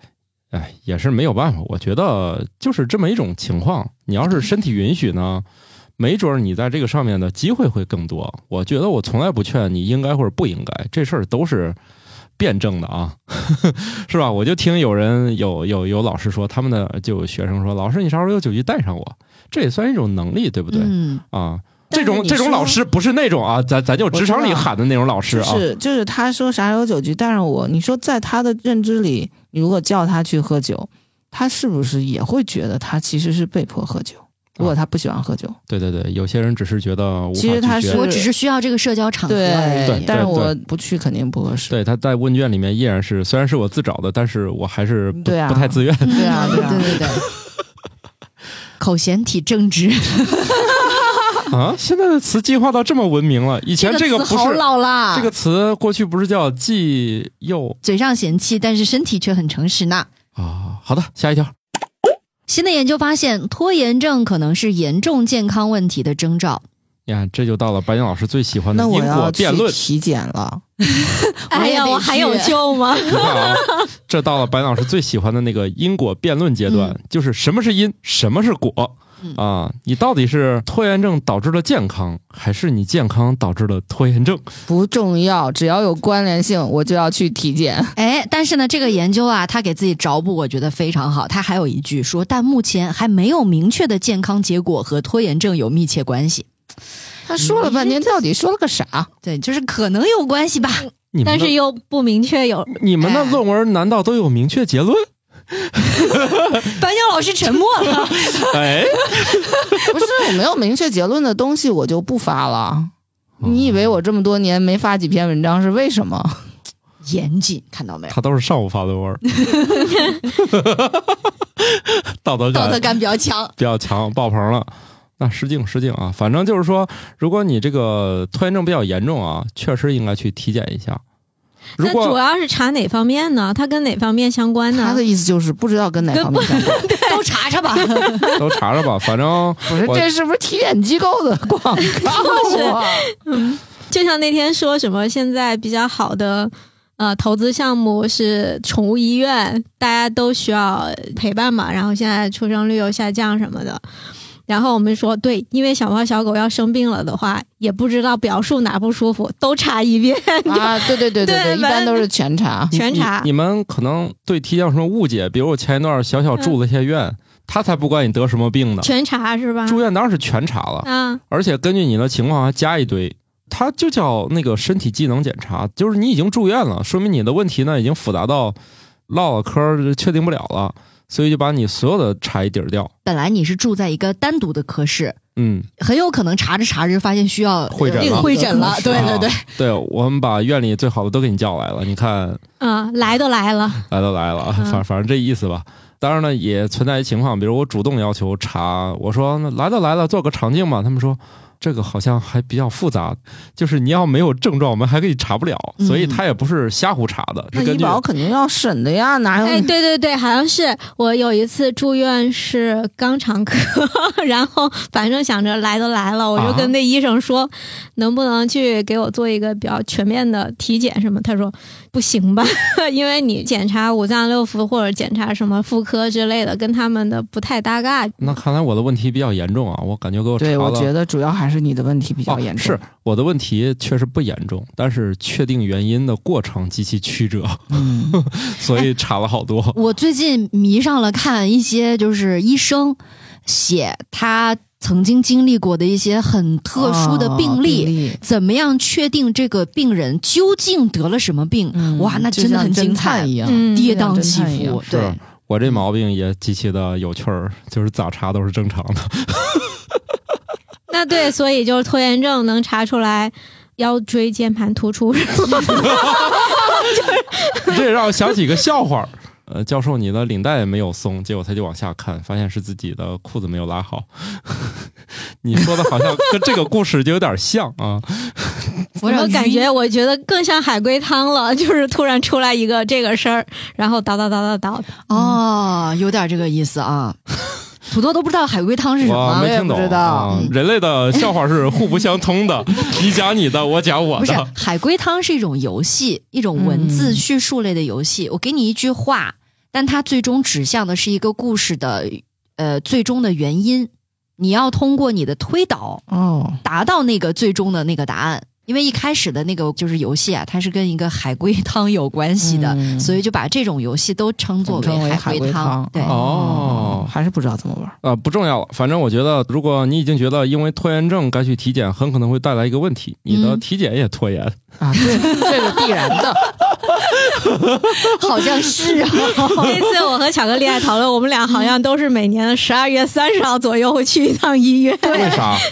Speaker 1: 哎，也是没有办法。我觉得就是这么一种情况。你要是身体允许呢，没准儿你在这个上面的机会会更多。我觉得我从来不劝你应该或者不应该，这事儿都是辩证的啊， 是吧？我就听有人有有有老师说，他们的就有学生说，老师你啥时候有酒局带上我？这也算一种能力，对不对？
Speaker 2: 嗯，
Speaker 1: 啊，这
Speaker 4: 但是
Speaker 1: 种
Speaker 4: 你
Speaker 1: 这种
Speaker 4: 说
Speaker 1: 老师不是那种啊，咱咱就职场里
Speaker 4: 我知道
Speaker 1: 喊的那种老师
Speaker 4: 就
Speaker 1: 啊，
Speaker 4: 是就是他说啥时候酒局带上我，你说在他的认知里，你如果叫他去喝酒，他是不是也会觉得他其实是被迫喝酒？
Speaker 1: 啊
Speaker 4: 如果他不喜欢喝酒，
Speaker 1: 对对对，有些人只是觉得无法
Speaker 4: 其实
Speaker 1: 拒
Speaker 4: 他
Speaker 1: 绝
Speaker 4: 是
Speaker 2: 我只是需要这个社交场合而已。
Speaker 1: 对
Speaker 4: 但
Speaker 1: 对
Speaker 4: 是我不去肯定不合适。
Speaker 1: 对，他在问卷里面依然是，虽然是我自找的，但是我还是不
Speaker 4: 对啊
Speaker 1: 不太自愿。
Speaker 2: 嗯
Speaker 4: 对啊对啊
Speaker 2: 对对对。口嫌体 正直，
Speaker 1: 啊，现在的词进化到这么文明了，以前这个
Speaker 2: 词
Speaker 1: 不
Speaker 2: 好
Speaker 1: 是。
Speaker 2: 老啊啦。
Speaker 1: 这个词过去不是叫既幼
Speaker 2: 嘴上嫌弃，但是身体却很诚实呢。
Speaker 1: 啊？好的，下一条。
Speaker 2: 新的研究发现，拖延症可能是严重健康问题的征兆。
Speaker 1: 你看，这就到了白岩老师最喜欢的
Speaker 4: 那我
Speaker 1: 因
Speaker 4: 要
Speaker 1: 果
Speaker 4: 去
Speaker 1: 辩论。
Speaker 4: 体检了，
Speaker 3: 哎呀，我还有救吗？
Speaker 1: 你看啊，这到了白岩老师最喜欢的那个因果辩论阶段，就是什么是因，什么是果
Speaker 2: 嗯
Speaker 1: 啊？你到底是拖延症导致了健康，还是你健康导致了拖延症？
Speaker 4: 不重要，只要有关联性，我就要去体检。
Speaker 2: 哎，但是呢，这个研究啊，他给自己找补，我觉得非常好。他还有一句说，但目前还没有明确的健康结果和拖延症有密切关系。
Speaker 4: 他说了半天，到底说了个啥？
Speaker 2: 对，就是可能有关系吧。
Speaker 1: 你们
Speaker 3: 但
Speaker 1: 的
Speaker 3: 是又不明确有
Speaker 1: 你们的
Speaker 2: 哎
Speaker 1: 论文难道都有明确结论？
Speaker 2: 白鸟老师沉默了。
Speaker 1: 哎，
Speaker 4: 不是我没有明确结论的东西，我就不发了。
Speaker 1: 哦
Speaker 4: 你以为我这么多年没发几篇文章是为什么？
Speaker 2: 严谨，看到没有？
Speaker 1: 他都是上午发论文， 道德
Speaker 2: 道
Speaker 1: 感
Speaker 2: 德感比较强。
Speaker 1: 比较强，爆棚了。那失敬失敬啊，反正就是说，如果你这个拖延症比较严重啊，确实应该去体检一下。如
Speaker 3: 那主
Speaker 1: 果
Speaker 3: 要是查哪方面呢？它跟哪方面相关
Speaker 4: 他
Speaker 3: 呢
Speaker 4: 的？意思就是不知道跟哪
Speaker 3: 啊跟
Speaker 4: 方面相关。
Speaker 2: 都查查吧。
Speaker 1: 都查查 吧，反正
Speaker 4: 不是，
Speaker 1: 我
Speaker 4: 这是不是体检机构的广告啊？
Speaker 3: 就像那天说什么，现在比较好的呃投资项目是宠物医院，大家都需要陪伴嘛。然后现在出生率又下降什么的。然后我们说，对，因为小猫小狗要生病了的话，也不知道表述哪不舒服，都查一遍。
Speaker 4: 啊，对对对对
Speaker 3: 对
Speaker 4: 一
Speaker 3: 反
Speaker 4: 般
Speaker 3: 正
Speaker 4: 都是全查。
Speaker 3: 全
Speaker 1: 你
Speaker 3: 查
Speaker 1: 你们可能对体检有什么误解？比如我前一段小小住了一下院，他才不管你得什么病呢，
Speaker 3: 全查是吧？
Speaker 1: 住院当然是全查了。
Speaker 3: 啊，
Speaker 1: 而且根据你的情况还加一堆，它就叫那个身体机能检查，就是你已经住院了，说明你的问题呢已经复杂到唠了嗑儿确定不了了，所以就把你所有的查一底儿掉。
Speaker 2: 本来你是住在一个单独的科室，
Speaker 1: 嗯，
Speaker 2: 很有可能查着查着发现 需要
Speaker 1: 会诊了
Speaker 2: 另一个会诊了。对 对对
Speaker 1: 啊，对， 我们把院里最好的都给你叫来了，你看
Speaker 3: 啊，来都来了，
Speaker 1: 来都来了，
Speaker 3: 嗯
Speaker 1: 反反正这意思吧。当然呢，也存在一情况，比如我主动要求查，我说那来都来了，做个肠镜吧。他们说这个好像还比较复杂，就是你要没有症状，我们还给你查不了，
Speaker 2: 嗯
Speaker 1: 所以他也不是瞎胡查的，
Speaker 4: 那
Speaker 1: 是
Speaker 4: 医
Speaker 1: 根据
Speaker 4: 保肯定要审的呀，
Speaker 1: 嗯
Speaker 4: 哪有
Speaker 3: 哎，对对对，好像是我有一次住院是肛肠科， 然后反正想着来都来了，我就
Speaker 1: 啊
Speaker 3: 跟那医生说，能不能去给我做一个比较全面的体检什么？他说不行吧， 因为你检查五脏六腑或者检查什么妇科之类的，跟他们的不太搭嘎。
Speaker 1: 那看来我的问题比较严重啊，我感觉给我查
Speaker 4: 对，
Speaker 1: 了。
Speaker 4: 我觉得主要还是你的问题比较严重。
Speaker 1: 哦、是我的问题确实不严重，但是确定原因的过程极其曲折，
Speaker 4: 嗯，
Speaker 1: 所以查了好多。
Speaker 2: 我最近迷上了看一些就是医生写他曾经经历过的一些很特殊的病例。
Speaker 4: 哦例
Speaker 2: 怎么样确定这个病人究竟得了什么病？
Speaker 4: 嗯
Speaker 2: 哇，那
Speaker 4: 就
Speaker 2: 真的很
Speaker 4: 像
Speaker 2: 精
Speaker 4: 侦探
Speaker 2: 彩，
Speaker 4: 一样。
Speaker 3: 嗯，
Speaker 2: 跌宕起
Speaker 4: 就像侦探一
Speaker 2: 伏
Speaker 4: 样。
Speaker 2: 对
Speaker 1: 是，我这毛病也极其的有趣儿，就是咋查都是正常的。
Speaker 3: 那对，所以就是拖延症能查出来腰椎间盘突出是吗？
Speaker 1: 这也让我想起一个笑话儿。 呃，教授，你的领带没有松，结果他就往下看，发现是自己的裤子没有拉好。 你说的好像跟这个故事就有点像 啊。
Speaker 3: 我
Speaker 2: 让
Speaker 3: 么感
Speaker 2: 晕
Speaker 3: 觉，我觉得更像海龟汤了，就是突然出来一个这个事儿，然后叨叨叨叨叨。
Speaker 2: 哦，有点这个意思啊。土豆都不知道海龟汤是什
Speaker 1: 我
Speaker 2: 么
Speaker 1: 没，听
Speaker 4: 我也不
Speaker 1: 懂，
Speaker 4: 知道
Speaker 1: 啊
Speaker 2: 嗯
Speaker 1: 人类的笑话是互不相通的，你讲你的，我讲我
Speaker 2: 不是
Speaker 1: 的。
Speaker 2: 海龟汤是一种游戏，一种文字叙述类的游戏。我给你一句话，但它最终指向的是一个故事的呃最终的原因。你要通过你的推导
Speaker 4: 哦，
Speaker 2: 达到那个最终的那个答案。因为一开始的那个就是游戏啊，它是跟一个海龟汤有关系的，
Speaker 4: 嗯
Speaker 2: 所以就把这种游戏都称作
Speaker 4: 统称为
Speaker 2: 海
Speaker 4: 海龟汤
Speaker 2: 对，
Speaker 1: 哦哦
Speaker 4: 还是不知道怎么玩。
Speaker 1: 呃，不重要了，反正我觉得，如果你已经觉得因为拖延症该去体检，很可能会带来一个问题，你的
Speaker 2: 嗯
Speaker 1: 体检也拖 延。
Speaker 4: 啊，对，这是必然的。
Speaker 2: 好像是 啊。
Speaker 4: 嗯
Speaker 3: 那次我和巧克力还讨论，我们俩好像都是每年的十二月三十号左右会去一趟医院，
Speaker 1: 为 啥？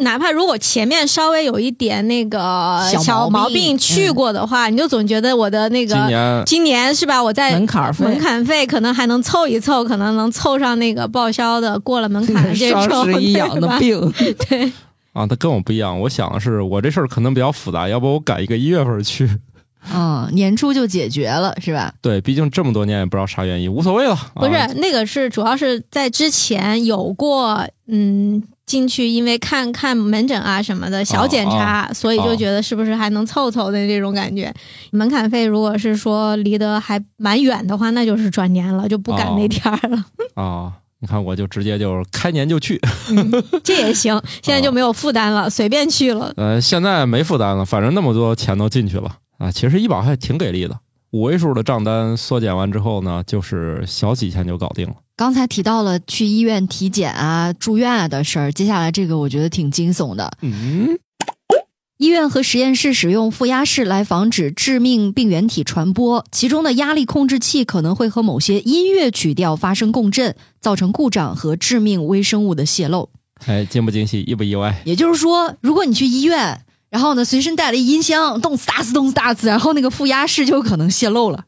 Speaker 3: 哪怕如果前面稍微有一点那个
Speaker 2: 小
Speaker 3: 小
Speaker 2: 毛
Speaker 3: 毛
Speaker 2: 病
Speaker 3: 病去过的话，你就总觉得我的那
Speaker 1: 今
Speaker 3: 个
Speaker 1: 年
Speaker 3: 今年是吧？我在
Speaker 4: 门槛儿费
Speaker 3: 门槛费可能还能凑一凑，可能能凑上那个报销的，过了门槛 的这种，
Speaker 4: 双十一养的
Speaker 3: 对吧
Speaker 4: 病，
Speaker 3: 对，
Speaker 1: 啊，他跟我不一样，我想的是我这事儿可能比较复杂，要不我赶一个一月份儿去。
Speaker 2: 嗯，年初就解决了是吧？
Speaker 1: 对，毕竟这么多年也不知道啥啊原因，无所谓了。
Speaker 3: 不是
Speaker 1: 啊、
Speaker 3: 那个是主要是在之前有过嗯进去因为看看门诊啊什么的小检查，所以就觉得是不是还能凑凑的这种感觉。门槛费如果是说离得还蛮远的话，那就是转年了，就不赶那天儿了。
Speaker 1: 啊。你看，我就直接就是开年就去，
Speaker 3: 这也行，现在就没有负担了，随便去了。
Speaker 1: 呃，现在没负担了，反正那么多钱都进去了啊。其实医保还挺给力的，五位数的账单缩减完之后呢，就是小几千就搞定了。
Speaker 2: 刚才提到了去医院体检啊、住院啊的事儿，接下来这个我觉得挺惊悚的。
Speaker 1: 嗯，
Speaker 2: 医院和实验室使用负压室来防止致命病原体传播，其中的压力控制器可能会和某些音乐曲调发生共振，造成故障和致命微生物的泄露。
Speaker 1: 哎，惊不惊喜，意不意外？
Speaker 2: 也就是说，如果你去医院，然后呢随身带了一音箱，动次打次动次打次，然后那个负压室就有可能泄露了。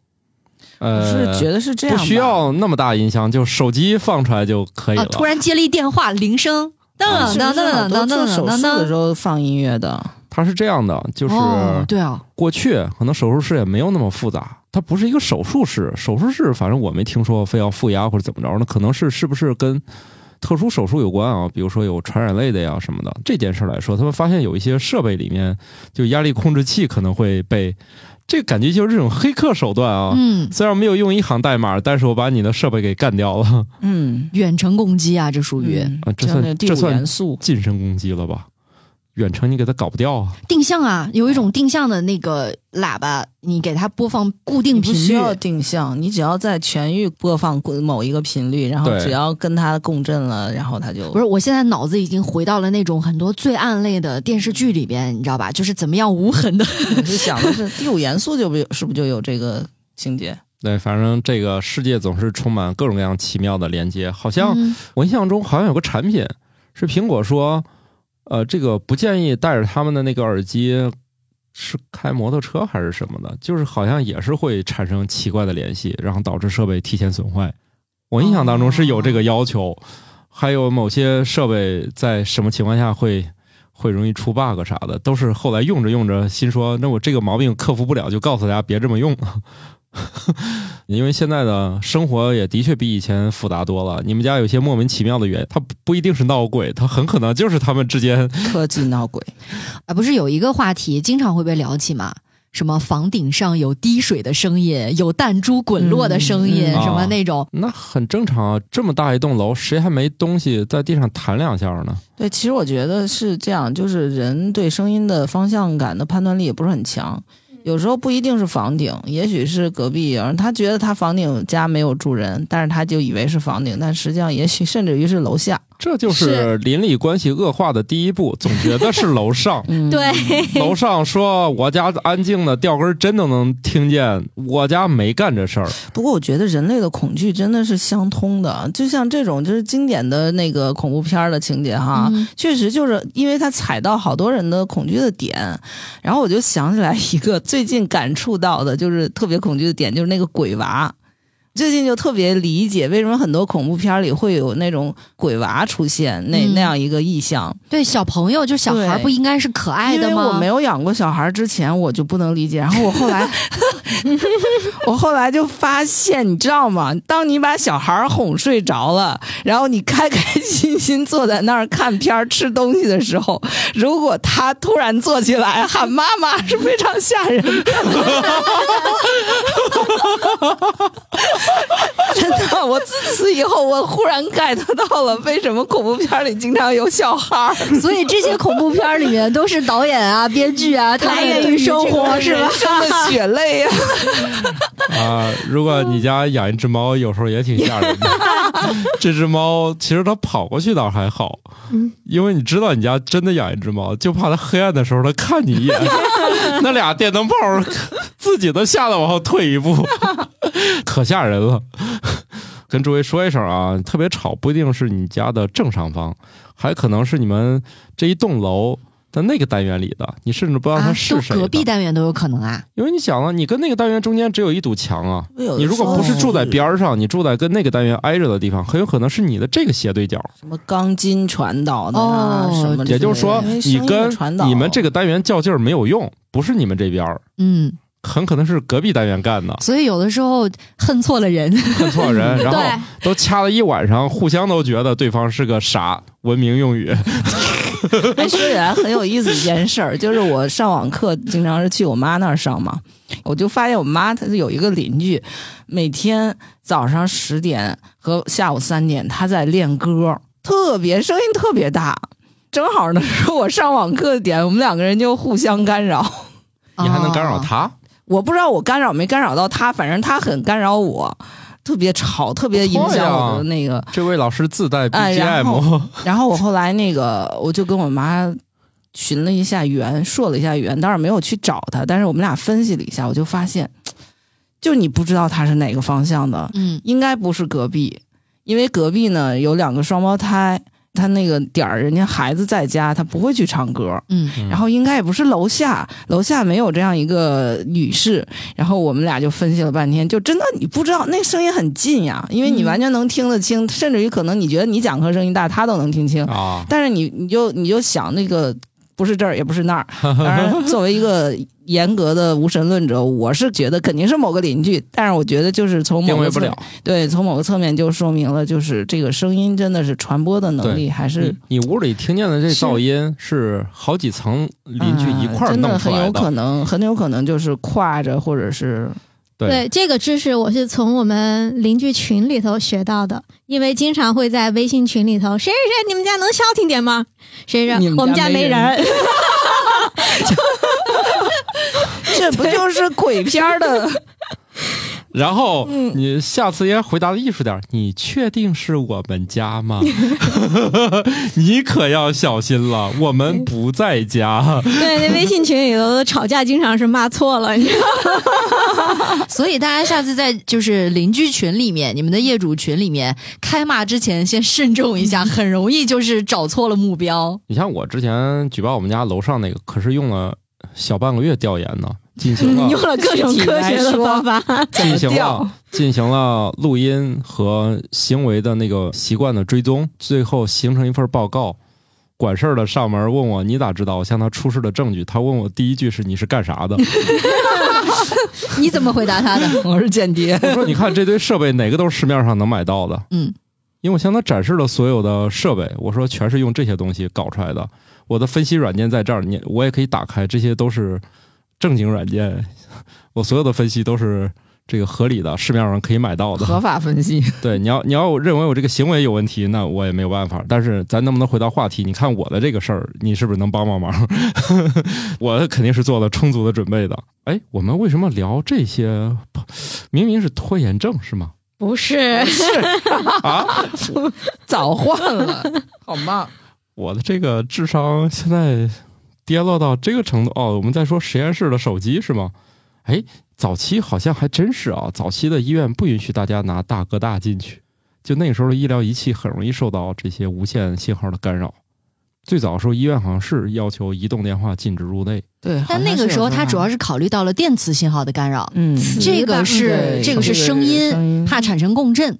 Speaker 4: 我是
Speaker 1: 呃，
Speaker 4: 觉得是这样
Speaker 1: 不
Speaker 4: 吧，
Speaker 1: 需要那么大音箱，就手机放出来就可以
Speaker 2: 啊
Speaker 1: 了。！
Speaker 2: 突然接了一电话铃声，噔
Speaker 4: 是
Speaker 1: 啊
Speaker 2: 噔噔
Speaker 4: 不是
Speaker 2: 噔
Speaker 4: 很多
Speaker 2: 噔
Speaker 4: 做
Speaker 2: 噔
Speaker 4: 手
Speaker 2: 噔
Speaker 4: 术的时
Speaker 2: 噔。
Speaker 4: 候放音乐的，
Speaker 1: 它是这样的，就是
Speaker 2: 哦，对啊，
Speaker 1: 过去可能手术室也没有那么复杂，它不是一个手术室。手术室反正我没听说非要负压或者怎么着那可能是是不是跟特殊手术有关啊？比如说有传染类的呀什么的。这件事来说，他们发现有一些设备里面就压力控制器可能会被，这感觉就是这种黑客手段啊。
Speaker 2: 嗯，
Speaker 1: 虽然没有用一行代码，但是我把你的设备给干掉了，
Speaker 4: 嗯，
Speaker 2: 远程攻击啊，这属于、
Speaker 4: 嗯
Speaker 1: 啊这
Speaker 4: 像
Speaker 1: 算
Speaker 4: 那个第
Speaker 1: 这
Speaker 4: 五
Speaker 1: 算
Speaker 4: 元素，
Speaker 1: 近身攻击了吧？ 远程你给它搞不掉啊！
Speaker 2: 定向啊，有一种定向的那个喇叭，你给它播放固定
Speaker 4: 你不
Speaker 2: 频
Speaker 4: 需
Speaker 2: 率。
Speaker 4: 要定向，你只要在全域播放过某一个频率，然后
Speaker 1: 对
Speaker 4: 只要跟它共振了，然后它就
Speaker 2: 不 是，我现在脑子已经回到了那种很多罪案类的电视剧里边，你知道吧？就是怎么样无痕的。
Speaker 4: 我是想的是第五元素就不有是不是就有这个情节？
Speaker 1: 对，反正这个世界总是充满各种各样奇妙的连接。好像、我印象中好像有个产品是苹果说，呃，这个不建议带着他们的那个耳机是开摩托车还是什么的，就是好像也是会产生奇怪的联系，然后导致设备提前损坏。我印象当中是有这个要求，还有某些设备在什么情况下会。会容易出 bug 啥的，都是后来用着用着，心说那我这个毛病克服不了，就告诉大家别这么用。因为现在的生活也的确比以前复杂多了。你们家有些莫名其妙的原因，它不不一定是闹鬼，它很可能就是他们之间
Speaker 4: 科技闹鬼，
Speaker 2: 啊，不是有一个话题经常会被聊起吗？什么房顶上有滴水的声音，有弹珠滚落的声音，
Speaker 4: 嗯
Speaker 1: 嗯
Speaker 2: 什么
Speaker 1: 啊
Speaker 2: 那种。
Speaker 1: 那很正常啊。这么大一栋楼，谁还没东西在地上弹两下呢？
Speaker 4: 对，其实我觉得是这样，就是人对声音的方向感的判断力也不是很强，有时候不一定是房顶，也许是隔壁有人，他觉得他房顶家没有住人，但是他就以为是房顶，但实际上也许甚至于是楼下。。
Speaker 1: 这就是是邻里关系恶化的第一步，总觉得是楼上
Speaker 4: 嗯，
Speaker 3: 对，
Speaker 1: 楼上说我家安静的掉根针都能听见，我家没干这事儿。
Speaker 4: 不过我觉得人类的恐惧真的是相通的，就像这种就是经典的那个恐怖片儿的情节哈，
Speaker 2: 嗯
Speaker 4: 确实就是因为它踩到好多人的恐惧的点。然后我就想起来一个最近感触到的，就是特别恐惧的点，就是那个鬼娃。最近就特别理解为什么很多恐怖片儿里会有那种鬼娃出现那、
Speaker 2: 嗯
Speaker 4: 那样一个意象，
Speaker 2: 对，小朋友就小孩儿
Speaker 4: 对
Speaker 2: 不应该是可爱的
Speaker 4: 因为
Speaker 2: 吗？
Speaker 4: 我没有养过小孩儿之前，我就不能理解。然后我后 来，我后来就发现，你知道吗？当你把小孩儿哄睡着了，然后你开开心心坐在那儿看片儿、吃东西的时候，如果他突然坐起来喊妈妈，是非常吓人的。真的，我自此以后，我忽然 get 到了为什么恐怖片儿里经常有小孩儿。
Speaker 2: 所以这些恐怖片儿里面都是导演啊、编剧啊，他们
Speaker 3: 来源
Speaker 2: 对
Speaker 3: 于
Speaker 2: 生
Speaker 3: 这个
Speaker 2: 活
Speaker 3: 人
Speaker 2: 是吧？
Speaker 4: 生的血泪 呀、
Speaker 1: 啊、如果你家养一只猫，有时候也挺吓人的。 这只猫其实它跑过去倒是还好，
Speaker 2: 嗯
Speaker 1: 因为你知道你家真的养一只猫，就怕它黑暗的时候它看你一 眼，那俩电灯泡儿自己都吓得往后退一步，可吓人了。跟诸位说一声啊，特别吵不一定是你家的正上方，还可能是你们这一栋楼的那个单元里的，你甚至不知道它
Speaker 2: 啊，
Speaker 1: 是
Speaker 2: 都
Speaker 1: 谁的。
Speaker 2: 隔壁单元都有可能啊。
Speaker 1: 因为你想啊，你跟那个单元中间只有一堵墙啊，你如果不是住在
Speaker 4: 嗯
Speaker 1: 边儿上，你住在跟那个单元挨着的地方，很有可能是你的这个斜对角。
Speaker 4: 什么钢筋传导的啊，
Speaker 2: 哦
Speaker 4: 什么之类的，
Speaker 1: 也就是说
Speaker 4: 因为，声
Speaker 1: 你
Speaker 4: 音的
Speaker 1: 跟
Speaker 4: 传导
Speaker 1: 你们这个单元较劲儿没有用，不是你们这边儿。
Speaker 2: 嗯，，
Speaker 1: 很可能是隔壁单元干 的
Speaker 2: 所以有的时候恨错了人，
Speaker 1: 恨错人，
Speaker 4: 嗯
Speaker 1: 然后
Speaker 3: 对，
Speaker 1: 都掐了一晚上，互相都觉得对方是个傻。文明用语，
Speaker 4: 哎，说起来很有意思一件事儿，就是我上网课经常是去我妈那儿上嘛，我就发现我妈她有一个邻居，每天早上十点和下午三点她在练歌，特别声音特别大。正好呢是我上网课的点，我们两个人就互相干扰。
Speaker 1: 你还能干扰
Speaker 2: 哦
Speaker 1: 他？
Speaker 4: 我不知道我干扰没干扰到她，反正她很干扰我，特别吵，特别影响我的那个
Speaker 1: 这位老师自带
Speaker 4: 哎然
Speaker 1: BGM，
Speaker 4: 然后我后来那个，我就跟我妈寻了一下源，说了一下源，当然没有去找她，但是我们俩分析了一下，我就发现，就你不知道她是哪个方向的，
Speaker 2: 嗯，
Speaker 4: 应该不是隔壁，因为隔壁呢有两个双胞胎，她那个点儿人家孩子在家，她不会去唱歌，
Speaker 2: 嗯，
Speaker 1: 嗯
Speaker 4: 然后应该也不是楼下，楼下没有这样一个女士。然后我们俩就分析了半天，就真的你不知道那声音很近呀，因为你
Speaker 2: 嗯
Speaker 4: 完全能听得清，甚至于可能你觉得你讲课声音大，他都能听 清。
Speaker 1: 啊，
Speaker 4: 但是你你就你就想那个不是这儿也不是 那儿。当然，作为一个严格的无神论者，我是觉得肯定是某个邻居，但是我觉得就是从某
Speaker 1: 定位
Speaker 4: 个
Speaker 1: 不
Speaker 4: 侧
Speaker 1: 了。
Speaker 4: 对从某个侧面就说明了，就是这个声音真的是传播的能
Speaker 1: 对嗯
Speaker 4: 力还是
Speaker 1: 你你屋里听见的这
Speaker 4: 是
Speaker 1: 噪音是好几层邻居一块儿
Speaker 4: 啊真
Speaker 1: 弄
Speaker 4: 的
Speaker 1: 出
Speaker 4: 很
Speaker 1: 来
Speaker 4: 有
Speaker 1: 的，
Speaker 4: 可能，很有可能就是挎着或者是
Speaker 1: 对
Speaker 3: 对这个知识，我是从我们邻居群里头学到的，因为经常会在微信群里头，谁谁谁，你们家能消停点吗？谁谁
Speaker 4: 你
Speaker 3: 谁，
Speaker 4: 们
Speaker 3: 我们
Speaker 4: 家
Speaker 3: 家
Speaker 4: 没
Speaker 3: 没
Speaker 4: 人
Speaker 3: 人。
Speaker 4: 这不就是鬼片儿 的？
Speaker 1: 然后你下次也回答的艺术点儿，你确定是我们家 吗？你可要小心了，我们不在家。
Speaker 3: 对，那微信群里头吵架经常是骂错了，你知道吗
Speaker 2: 所以大家下次在就是邻居群里面、你们的业主群里面开骂之前，先慎重一下，很容易就是找错了目标。
Speaker 1: 你像我之前举报我们家楼上那个，可是用了小半个月调研呢，进行了
Speaker 3: 用了各种科学的方法。
Speaker 1: 进行
Speaker 4: 调
Speaker 1: 了进行了录音和行为的那个习惯的追踪，最后形成一份报告。管事儿的上门问我你咋知道？我向他出示了证据。他问我第一句是你是干啥的？
Speaker 2: 你怎么回答他 的？
Speaker 4: 我是间谍，
Speaker 1: 我说你看这堆设备哪个都是市面上能买到的？
Speaker 2: 嗯，
Speaker 1: 因为我向他展示了所有的设备，我说全是用这些东西搞出来的。我的分析软件在这儿，你我也可以打开，这些都是正经软件。我所有的分析都是这个合理的，市面上可以买到的。
Speaker 4: 合法分析。
Speaker 1: 对，你要你要认为我这个行为有问题，那我也没有办法。但是咱能不能回到话题？你看我的这个事儿，你是不是能帮帮忙？ 我肯定是做了充足的准备的。哎，我们为什么聊这些？明明是拖延症是吗？
Speaker 3: 不是，
Speaker 1: 啊，
Speaker 4: 早换了，好吗？
Speaker 1: 我的这个智商现在跌落到这个程度哦。我们在说实验室的手机是吗？哎，早期好像还真是啊，早期的医院不允许大家拿大哥大进去，就那个时候的医疗仪器很容易受到这些无线信号的干扰。最早的时候，医院好像是要求移动电话禁止入内，
Speaker 4: 对，
Speaker 2: 但那个时候他主要
Speaker 4: 是
Speaker 2: 是考虑到了电磁信号的干扰，
Speaker 4: 嗯，
Speaker 2: 这个是
Speaker 4: 对
Speaker 2: 这个是声音，
Speaker 4: 音
Speaker 2: 怕产生共振。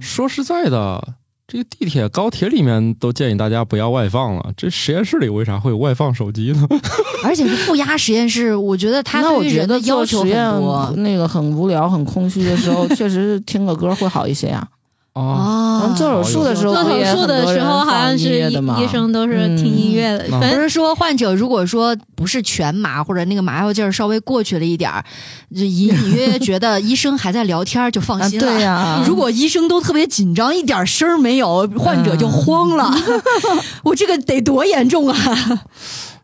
Speaker 1: 说实在的，这个地铁、高铁里面都建议大家不要外放了。这实验室里为啥会有外放手机呢？
Speaker 2: 而且是负压实验室，我觉得他
Speaker 4: 那我
Speaker 2: 对于
Speaker 4: 觉
Speaker 2: 人的
Speaker 4: 得
Speaker 2: 要
Speaker 4: 做
Speaker 2: 求
Speaker 4: 实
Speaker 2: 很
Speaker 4: 验
Speaker 2: 多。
Speaker 4: 那个很无聊、很空虚的时 候，确实是听个歌会好一些呀。
Speaker 1: 啊，
Speaker 2: 哦
Speaker 4: 嗯，做手术的时 候，
Speaker 3: 做手术的时候好像是医
Speaker 4: 的嘛
Speaker 3: 医生都是听音乐的，
Speaker 1: 嗯
Speaker 3: 反
Speaker 2: 不
Speaker 3: 正
Speaker 2: 是说患者如果说不是全麻或者那个麻药劲儿稍微过去了一点儿，就隐隐约约觉得医生还在聊天儿就放
Speaker 4: 啊，
Speaker 2: 心了。
Speaker 4: 对呀、
Speaker 2: 如果医生都特别紧张，一点声儿没有，患者就慌了。 我这个得多严重啊！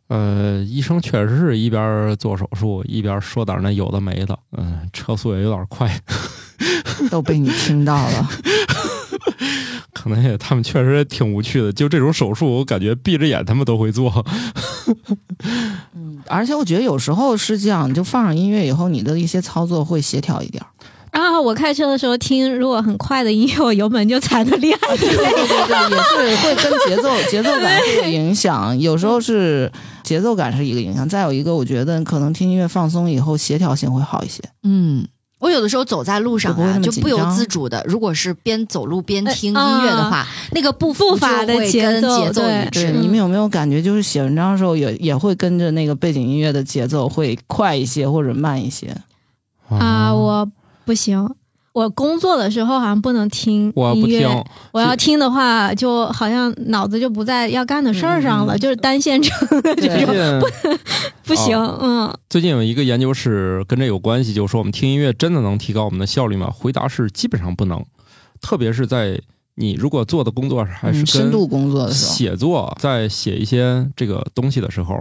Speaker 1: 呃，医生确实是一边儿做手术一边儿说点儿那有的没的，嗯、车速也有点儿快，
Speaker 4: 都被你听到了，
Speaker 1: 可能也他们确实也挺无趣的。就这种手术，我感觉闭着眼他们都会做。
Speaker 4: 而且我觉得有时候是这样，就放上音乐以后，你的一些操作会协调一点儿。
Speaker 3: 然后我开车的时候听，如果很快的音乐，我油门就踩的厉害。
Speaker 4: 对对对对，也是会跟节奏节奏感会有影响，有时候是节奏感是一个影响，再有一个我觉得可能听音乐放松以后协调性会好一些。
Speaker 2: 嗯，我有的时候走在路上
Speaker 4: 就不会
Speaker 2: 啊，
Speaker 4: 那么
Speaker 2: 就
Speaker 4: 紧
Speaker 2: 不由
Speaker 4: 张
Speaker 2: 自主的，如果是边走路边
Speaker 3: 哎
Speaker 2: 听音乐的话，那个步
Speaker 3: 步
Speaker 2: 步
Speaker 3: 伐的
Speaker 2: 节
Speaker 3: 节
Speaker 2: 跟
Speaker 3: 奏
Speaker 2: 奏
Speaker 3: 对
Speaker 2: 一
Speaker 4: 对，
Speaker 2: 致。
Speaker 3: 嗯
Speaker 4: 你们有没有感觉，就是写文章的时候也也会跟着那个背景音乐的节奏会快一些或者慢一些？
Speaker 1: 哦
Speaker 3: 啊，我不行。我工作的时候好像不能听
Speaker 1: 我
Speaker 3: 音
Speaker 1: 不
Speaker 3: 乐，
Speaker 1: 听，
Speaker 3: 我要听的话，就好像脑子就不在要干的事儿上了，
Speaker 4: 嗯嗯嗯
Speaker 3: 就是单线程的
Speaker 1: 最
Speaker 3: 这种，
Speaker 1: 近
Speaker 3: 不行，
Speaker 1: 啊
Speaker 3: 嗯
Speaker 1: 最 近有一个研究是跟这有关系，就是说我们听音乐真的能提高我们的效率吗？回答是基本上不能，特别是在你如果做的工作还是
Speaker 4: 嗯、深
Speaker 1: 跟
Speaker 4: 度工作的时候，
Speaker 1: 写作在写一些这个东西的时候，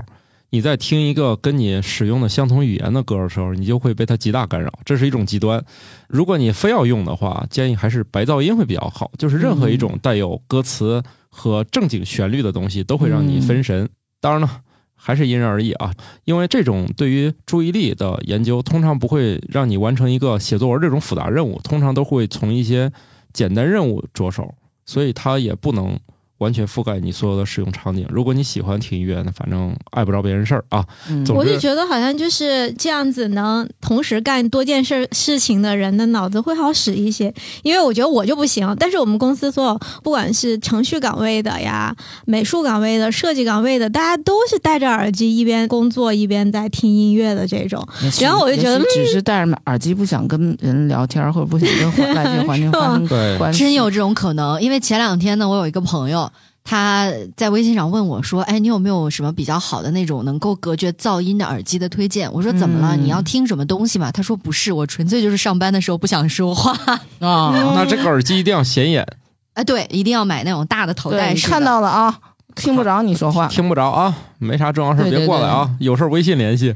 Speaker 1: 你在听一个跟你使用的相同语言的歌的时候，你就会被它极大干扰，这是一种极端。如果你非要用的话，建议还是白噪音会比较好，就是任何一种带有歌词和正经旋律的东西都会让
Speaker 4: 嗯
Speaker 1: 你分神。当然了。还是因人而异啊，因为这种对于注意力的研究，通常不会让你完成一个写作文这种复杂任务，通常都会从一些简单任务着手，所以它也不能完全覆盖你所有的使用场景。如果你喜欢听音乐，那反正碍不着别人事儿啊。
Speaker 4: 嗯，
Speaker 1: 总
Speaker 3: 嗯，我
Speaker 1: 之
Speaker 3: 就觉得好像就是这样子，能同时干多件事事情的人的脑子会好使一些。因为我觉得我就不行，但是我们公司所有不管是程序岗位的呀、美术岗位的、设计岗位的，大家都是戴着耳机一边工作一边在听音乐的这种。
Speaker 4: 也许
Speaker 3: 然后我就觉得
Speaker 4: 也许只是戴着耳机不想跟人聊天，或者不想跟 环外界环境发生
Speaker 1: 对
Speaker 4: 关系，
Speaker 2: 真有这种可能，因为前两天呢，我有一个朋友，他在微信上问我说：“哎，你有没有什么比较好的那种能够隔绝噪音的耳机的推荐？”我说：“怎么了？
Speaker 4: 嗯
Speaker 2: 你要听什么东西嘛？”他说：“不是，我纯粹就是上班的时候不想说话。
Speaker 4: 啊。
Speaker 1: 那这个耳机一定要显眼，”
Speaker 2: 啊，对，一定要买那种大的头
Speaker 4: 对，
Speaker 2: 戴
Speaker 4: 你
Speaker 2: 式的。
Speaker 4: 看到了啊，听不着你说 话。
Speaker 1: 听不着啊，没啥重要事儿
Speaker 4: 对对
Speaker 1: 别过来啊，有事儿微信联系。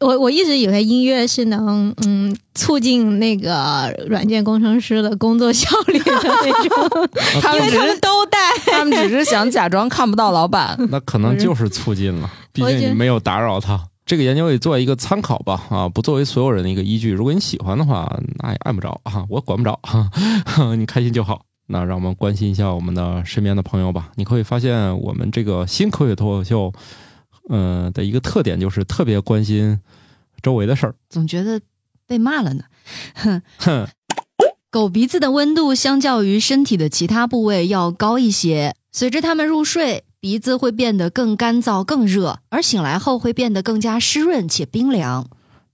Speaker 3: 我我一直以为音乐是能嗯促进那个软件工程师的工作效率的那 种，
Speaker 4: 他
Speaker 3: 因为
Speaker 4: 们只
Speaker 3: 他们
Speaker 4: 是
Speaker 3: 都戴。
Speaker 4: 他们只是想假装看不到老板。
Speaker 1: 那可能就是促进了，毕
Speaker 3: 我也觉
Speaker 1: 竟
Speaker 3: 得
Speaker 1: 你没有打扰他。这个研究也作为一个参考吧，啊，不作为所有人的一个依据。如果你喜欢的话，那也按不着啊，我管不着 啊，你开心就好。那让我们关心一下我们的身边的朋友吧。你会发现，我们这个新科学脱口秀，呃的一个特点就是特别关心周围的事儿。
Speaker 2: 总觉得被骂了呢。
Speaker 1: 哼，
Speaker 2: 狗鼻子的温度相较于身体的其他部位要高一些。随着它们入睡，鼻子会变得更干燥、更热，而醒来后会变得更加湿润且冰 凉。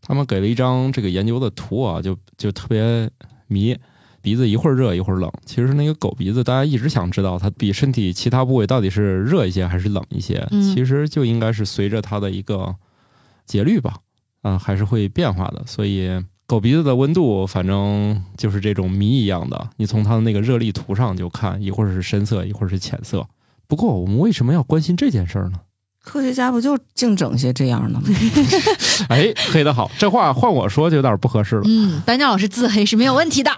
Speaker 1: 他们给了一张这个研究的图啊，就就特别迷，鼻子一会儿热一会儿冷。其实那个狗鼻子，大家一直想知道它比身体其他部位到底是热一些还是冷一些，
Speaker 2: 嗯
Speaker 1: 其实就应该是随着它的一个节律吧，啊、还是会变化的。所以狗鼻子的温度，反正就是这种谜一样的，你从它的那个热力图上就看，一会儿是深色，一会儿是浅色。不过我们为什么要关心这件事儿呢？
Speaker 4: 科学家不就净整些这样的吗？
Speaker 1: 哎，黑的好，这话换我说就有点不合适了。
Speaker 2: 嗯，班长老师自黑是没有问题的。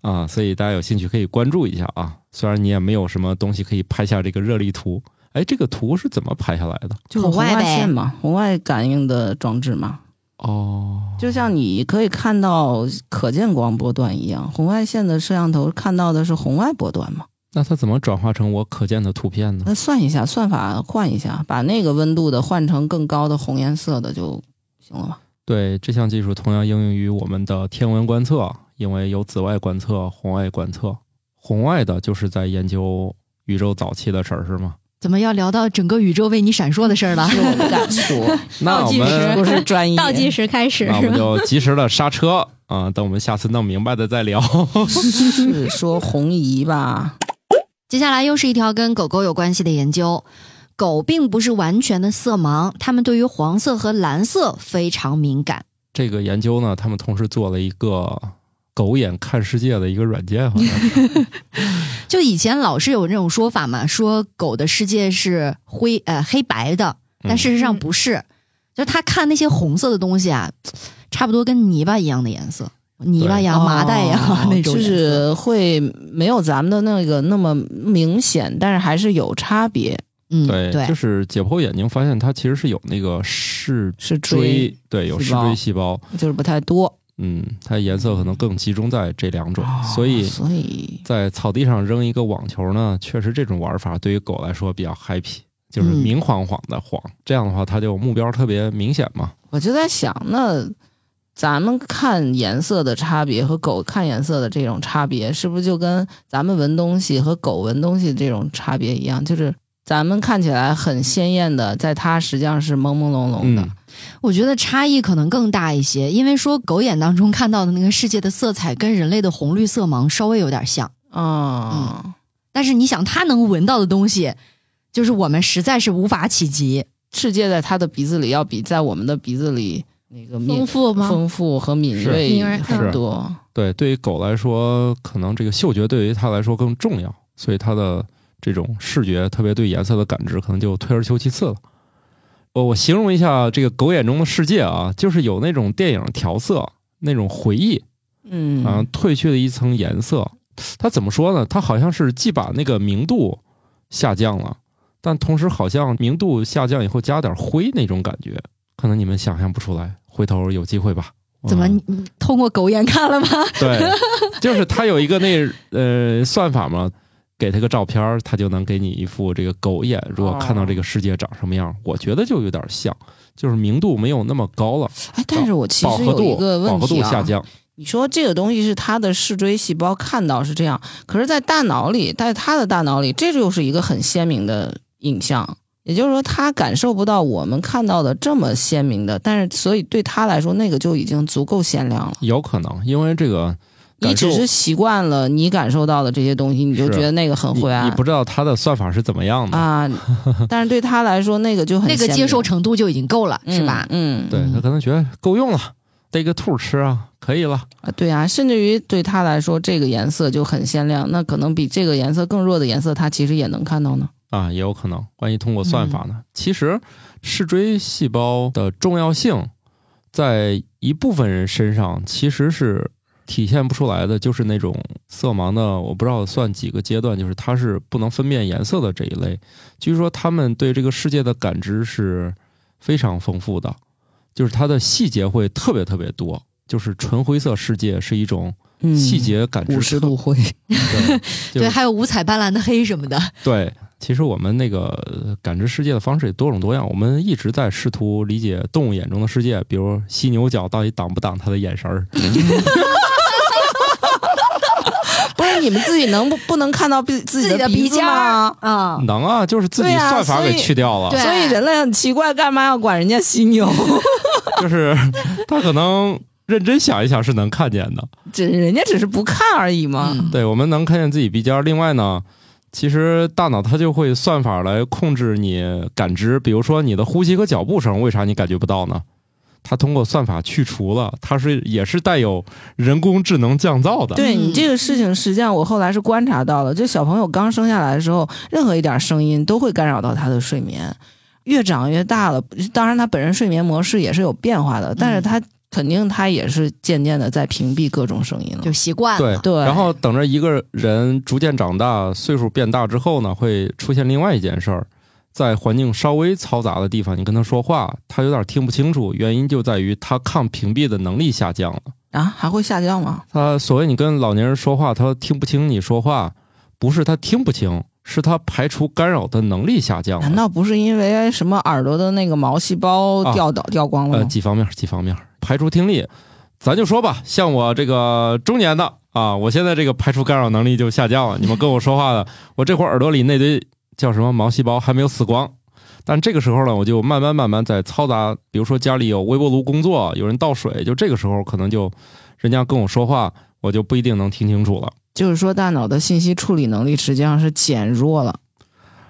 Speaker 1: 啊，所以大家有兴趣可以关注一下啊。虽然你也没有什么东西可以拍下这个热力图，哎，这个图是怎么拍下来的？
Speaker 4: 就是红
Speaker 2: 红外
Speaker 4: 外
Speaker 2: 呗
Speaker 4: 线嘛，红外感应的装置嘛，
Speaker 1: 哦，
Speaker 4: 就像你可以看到可见光波段一样，红外线的摄像头看到的是红外波段嘛。
Speaker 1: 那它怎么转化成我可见的图片呢？
Speaker 4: 那算一下，算法换一下，把那个温度的换成更高的红颜色的就行 了嘛。
Speaker 1: 对，这项技术同样应用于我们的天文观测，因为有紫外观测、红外观测。红外的就是在研究宇宙早期的事儿，是吗？
Speaker 2: 怎么要聊到整个宇宙为你闪烁的事儿了？
Speaker 4: 是我不敢 说，
Speaker 1: 那
Speaker 3: 倒
Speaker 1: 我
Speaker 3: 计
Speaker 1: 们
Speaker 4: 不是专业。
Speaker 3: 倒计时开始
Speaker 1: 啊那我
Speaker 3: 是
Speaker 1: 们
Speaker 3: 吧？
Speaker 1: 就及时的刹车啊、等我们下次弄明白的再聊。
Speaker 4: 是说红移吧？
Speaker 2: 接下来又是一条跟狗狗有关系的研究。狗并不是完全的色盲，它们对于黄色和蓝色非常敏感。
Speaker 1: 这个研究呢，他们同时做了一个狗眼看世界的一个软件，好像是
Speaker 2: 就以前老是有那种说法嘛，说狗的世界是灰呃黑白的，但事实上不是，就它看那些红色的东西啊，差不多跟泥巴一样的颜色，泥巴呀、麻袋呀、
Speaker 4: 哦
Speaker 2: 那种
Speaker 4: 就
Speaker 2: 颜色，
Speaker 4: 是会没有咱们的那个那么明显，但是还是有差别，
Speaker 2: 嗯
Speaker 1: 对，
Speaker 2: 对
Speaker 1: 就是解剖眼睛发现它其实是有那个视
Speaker 4: 是
Speaker 1: 锥，对，有视
Speaker 4: 细胞
Speaker 1: 锥细胞，
Speaker 4: 就是不太多。
Speaker 2: 哦
Speaker 1: 嗯，它颜色可能更集中在这两种，所以
Speaker 4: 哦所以
Speaker 1: 在草地上扔一个网球呢，确实这种玩法对于狗来说比较 happy，就是
Speaker 2: 嗯
Speaker 1: 明晃晃的晃，这样的话它就目标特别明显嘛。
Speaker 4: 我就在想，那咱们看颜色的差别和狗看颜色的这种差别，是不是就跟咱们闻东西和狗闻东西这种差别一样？就是咱们看起来很鲜艳的，在它实际上是朦朦胧胧的。
Speaker 1: 嗯
Speaker 2: 我觉得差异可能更大一些，因为说狗眼当中看到的那个世界的色彩跟人类的红绿色盲稍微有点像，嗯
Speaker 4: 啊、
Speaker 2: 但是你想它能闻到的东西，就是我们实在是无法企及。
Speaker 4: 世界在它的鼻子里要比在我们的鼻子里那个敏
Speaker 3: 丰富吗？
Speaker 4: 丰富和敏
Speaker 1: 是
Speaker 4: 锐
Speaker 3: 敏锐
Speaker 4: 很
Speaker 1: 是
Speaker 4: 多。
Speaker 1: 对，对于狗来说，可能这个嗅觉对于它来说更重要，所以它的这种视觉，特别对颜色的感知，可能就退而求其次了。呃我我形容一下这个狗眼中的世界啊，就是有那种电影调色那种回忆
Speaker 4: 嗯
Speaker 1: 啊，褪去了一层颜色。它怎么说呢？它好像是既把那个明度下降了，但同时好像明度下降以后加点灰那种感觉，可能你们想象不出来。回头有机会吧。
Speaker 2: 怎么
Speaker 1: 嗯
Speaker 2: 你你通过狗眼看了吗？
Speaker 1: 对，就是它有一个那呃算法嘛，给它个照片儿，它就能给你一副这个狗眼。如果看到这个世界长什么样，我觉得就有点像，就是明度没有那么高了，
Speaker 4: 哎，但是我其
Speaker 1: 饱
Speaker 4: 实
Speaker 1: 和
Speaker 4: 有一
Speaker 1: 度
Speaker 4: 个
Speaker 1: 饱
Speaker 4: 问
Speaker 1: 和
Speaker 4: 题
Speaker 1: 度
Speaker 4: 啊
Speaker 1: 下，降。
Speaker 4: 你说这个东西是他的视锥细胞看到是这样，可是，在大脑里，在他的大脑里，这就是一个很鲜明的影像。也就是说，他感受不到我们看到的这么鲜明的，但是，所以对他来说，那个就已经足够鲜亮了。
Speaker 1: 有可能，因为这个
Speaker 4: 你
Speaker 1: 感受
Speaker 4: 只是习惯了你感受到的这些东西，你就是觉得那个很
Speaker 1: 你
Speaker 4: 灰暗
Speaker 1: 你不知道它的算法是怎么样的，
Speaker 4: 啊。 但是对他来说，那个就很
Speaker 2: 那个
Speaker 4: 鲜
Speaker 2: 接受
Speaker 4: 明
Speaker 2: 程度就已经够了，是吧？
Speaker 4: 嗯，嗯
Speaker 1: 对它可能觉得够用了，逮个兔吃啊，可以了。
Speaker 4: 啊，对啊，甚至于对他来说，这个颜色就很鲜亮，那可能比这个颜色更弱的颜色，他其实也能看到呢。
Speaker 1: 啊，也有可能。万一通过算法呢？
Speaker 4: 嗯
Speaker 1: 其实视锥细胞的重要性，在一部分人身上其实是体现不出来的，就是那种色盲的，我不知道算几个阶段，就是他是不能分辨颜色的这一类。据说他们对这个世界的感知是非常丰富的，就是它的细节会特别特别多。就是纯灰色世界是一种
Speaker 4: 嗯
Speaker 1: 细节感知特、
Speaker 4: 五十度灰，
Speaker 1: 对，就
Speaker 2: 对，还有五彩斑斓的黑什么的，
Speaker 1: 对，其实我们那个呃感知世界的方式也多种多样，我们一直在试图理解动物眼中的世界，比如犀牛角到底挡不挡它的眼神儿。
Speaker 4: 不是你们自己能不不能看到自自己
Speaker 2: 己的
Speaker 4: 鼻
Speaker 2: 鼻
Speaker 4: 子
Speaker 2: 尖儿
Speaker 4: 吗？
Speaker 2: 啊，
Speaker 1: 能啊，就是自己
Speaker 4: 对啊
Speaker 1: 算法
Speaker 4: 所以
Speaker 1: 给去掉了，
Speaker 2: 对
Speaker 4: 所以人类很奇怪，干嘛要管人家犀牛？
Speaker 1: 就是 它可能认真想一想是能看见的。
Speaker 4: 只 人家只是不看而已嘛。
Speaker 2: 嗯
Speaker 1: 对，我们能看见自己鼻尖儿。另外呢，其实大脑它就会算法来控制你感知，比如说你的呼吸和脚步声，为啥你感觉不到呢？它通过算法去除了，它是也是带有人工智能降噪的。
Speaker 4: 对
Speaker 2: 嗯
Speaker 4: 你这个事情，实际上我后来是观察到了，就小朋友刚生下来的时候，任何一点声音都会干扰到他的睡眠。越长越大了，当然他本人睡眠模式也是有变化的，
Speaker 2: 嗯
Speaker 4: 但是他肯定他也是渐渐的在屏蔽各种声音了
Speaker 2: 就。习惯
Speaker 1: 对
Speaker 2: 了。
Speaker 4: 对
Speaker 1: 然后等着一个人逐渐长大，岁数变大之后呢，会出现另外一件事儿，在环境稍微嘈杂的地方，你跟他说话，他有点听不清楚，原因就在于他抗屏蔽的能力下降了。
Speaker 4: 啊，还会下降吗？
Speaker 1: 他所谓你跟老年人说话，他听不清你说话，不是他听不清，是他排除干扰的能力下降了。
Speaker 4: 难道不是因为什么耳朵的那个毛细胞
Speaker 1: 啊
Speaker 4: 掉倒、掉光了
Speaker 3: 哦
Speaker 1: 呃，
Speaker 4: 吗？
Speaker 1: 几方面儿，几方面儿，排除听力，咱就说吧，像我这个中年的啊，我现在这个排除干扰能力就下降了。你们跟我说话的，我这会儿耳朵里那堆叫什么毛细胞还没有死光，但这个时候呢，我就慢慢慢慢在嘈杂，比如说家里有微波炉工作，有人倒水，就这个时候可能就人家跟我说话，我就不一定能听清楚了，
Speaker 4: 就是说大脑的信息处理能力实际上是减弱了。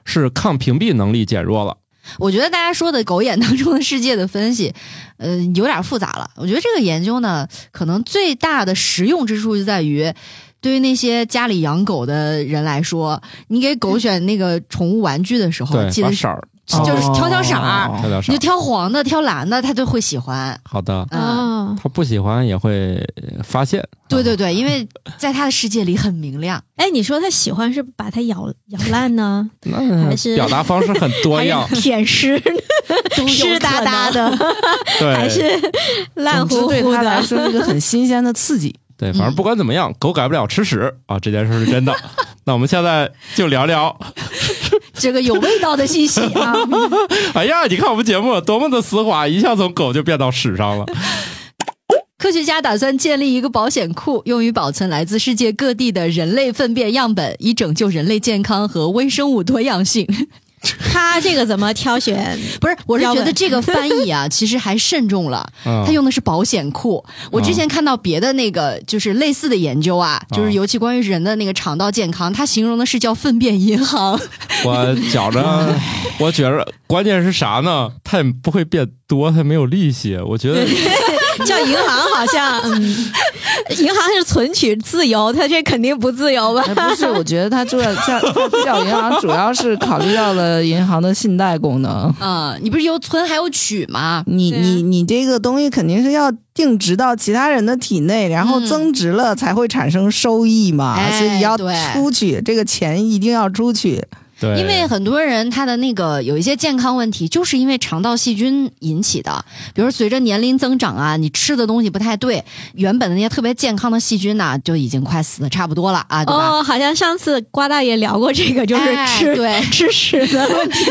Speaker 1: 是抗屏蔽能力减弱了。
Speaker 2: 我觉得大家说的狗眼当中的世界的分析，呃，有点复杂了。我觉得这个研究呢，可能最大的实用之处就在于，对于那些家里养狗的人来说，你给狗选那个宠物玩具的时候，
Speaker 1: 对，
Speaker 2: 记
Speaker 1: 把
Speaker 2: 得
Speaker 1: 色儿
Speaker 2: 就是
Speaker 1: 哦
Speaker 2: 挑挑色儿
Speaker 1: 调
Speaker 4: 哦
Speaker 1: 调
Speaker 2: 你
Speaker 1: 色
Speaker 2: 就
Speaker 1: 儿。
Speaker 2: 挑黄的，挑蓝的，它就会喜欢。
Speaker 1: 好的，
Speaker 2: 嗯，
Speaker 3: 哦，
Speaker 1: 他不喜欢也会呃发现。
Speaker 2: 对对对，因为在它的世界里很明亮。
Speaker 3: 哎，你说他喜欢是把它咬咬烂呢，
Speaker 1: 那
Speaker 3: 还是
Speaker 1: 表达方式很多样
Speaker 3: 还，是舔湿，湿哒哒的，
Speaker 1: 对，
Speaker 3: 还是 烂
Speaker 4: 总之
Speaker 3: 乎
Speaker 4: 对
Speaker 3: 乎
Speaker 4: 他来
Speaker 3: 的？
Speaker 4: 说是一个很新鲜的刺激。
Speaker 1: 对，反正不管怎么样，狗改不了吃屎啊，这件事是真的。那我们现在就聊聊
Speaker 2: 这个有味道的 信息啊。
Speaker 1: 哎呀，你看我们节目多么的丝滑，一下从狗就变到屎上了。
Speaker 2: 科学家打算建立一个保险库，用于保存来自世界各地的人类粪便样本，以拯救人类健康和微生物多样性。
Speaker 3: 他这个怎么挑选？
Speaker 2: 不是，我是
Speaker 3: 要
Speaker 2: 觉
Speaker 3: 问
Speaker 2: 得这个翻译 啊，其实还慎重了。
Speaker 1: 嗯
Speaker 2: 他用的是保险库。我之前看到别的那个就是类似的研究啊，
Speaker 1: 啊
Speaker 2: 就是尤其关于人的那个肠道健康，它形容的是叫粪便银行。
Speaker 1: 我觉着，
Speaker 4: 哎
Speaker 1: 我觉着，关键是啥呢？它也不会变多，它没有利息。我觉得
Speaker 3: 叫银行好像，嗯，银行是存取自由，他这肯定不自由吧？
Speaker 4: 哎不是，我觉得他做叫叫银行，主要是考虑到了银行的信贷功能。
Speaker 2: 啊、你不是有存还有取吗？
Speaker 4: 你
Speaker 3: 对啊
Speaker 4: 你你这个东西肯定是要定植到其他人的体内，然后
Speaker 2: 嗯
Speaker 4: 增值了才会产生收益嘛，
Speaker 2: 哎
Speaker 4: 所以要
Speaker 2: 对
Speaker 4: 出去，这个钱一定要出去。
Speaker 1: 对，
Speaker 2: 因为很多人他的那个有一些健康问题，就是因为肠道细菌引起的。比如随着年龄增长啊，你吃的东西不太对，原本的那些特别健康的细菌呐、就已经快死的差不多了啊，对吧？
Speaker 3: 哦，好像上次瓜大爷聊过这个，就是
Speaker 2: 哎
Speaker 3: 吃、
Speaker 2: 对，
Speaker 3: 吃屎的问题。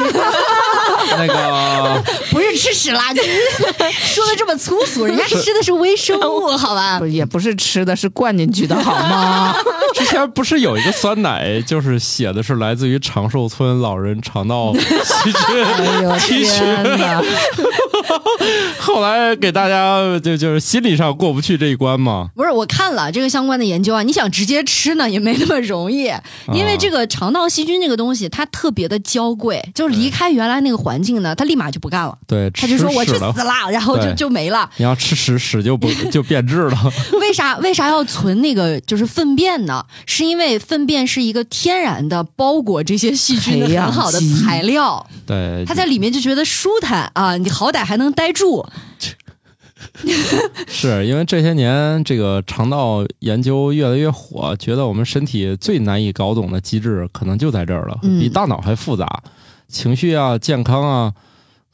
Speaker 1: 那个
Speaker 2: 不是吃屎啦，你说的这么粗俗，人家吃的是微生物，好吧
Speaker 4: 不？是也不是吃的，是灌进去的好 吗？
Speaker 1: 之前不是有一个酸奶，就是写的是来自于长寿村老人肠 道细菌，
Speaker 4: 哎呦
Speaker 1: 其实
Speaker 4: 天哪！
Speaker 1: 后来给大家就就是心理上过不去这一关嘛。
Speaker 2: 不是，我看了这个相关的研究啊，你想直接吃呢也没那么容易，
Speaker 1: 啊
Speaker 2: 因为这个肠道细菌这个东西它特别的娇贵，就是离开原来那个环境呢，它立马就不干了，
Speaker 1: 对，
Speaker 2: 它就说我去
Speaker 1: 吃屎
Speaker 2: 死
Speaker 1: 了。
Speaker 2: 啦，然后就
Speaker 1: 对
Speaker 2: 就没了。
Speaker 1: 你要吃屎，屎就不就变质了。
Speaker 2: 为啥为啥要存那个就是粪便呢？是因为粪便是一个天然的包裹这些细菌的
Speaker 4: 培养
Speaker 2: 很好的
Speaker 4: 基
Speaker 2: 材料，
Speaker 1: 对，
Speaker 2: 它在里面就觉得舒坦啊，你好歹还能待住。
Speaker 1: 是因为这些年这个肠道研究越来越火，觉得我们身体最难以搞懂的机制可能就在这儿了，
Speaker 2: 嗯
Speaker 1: 比大脑还复杂。情绪啊、健康啊，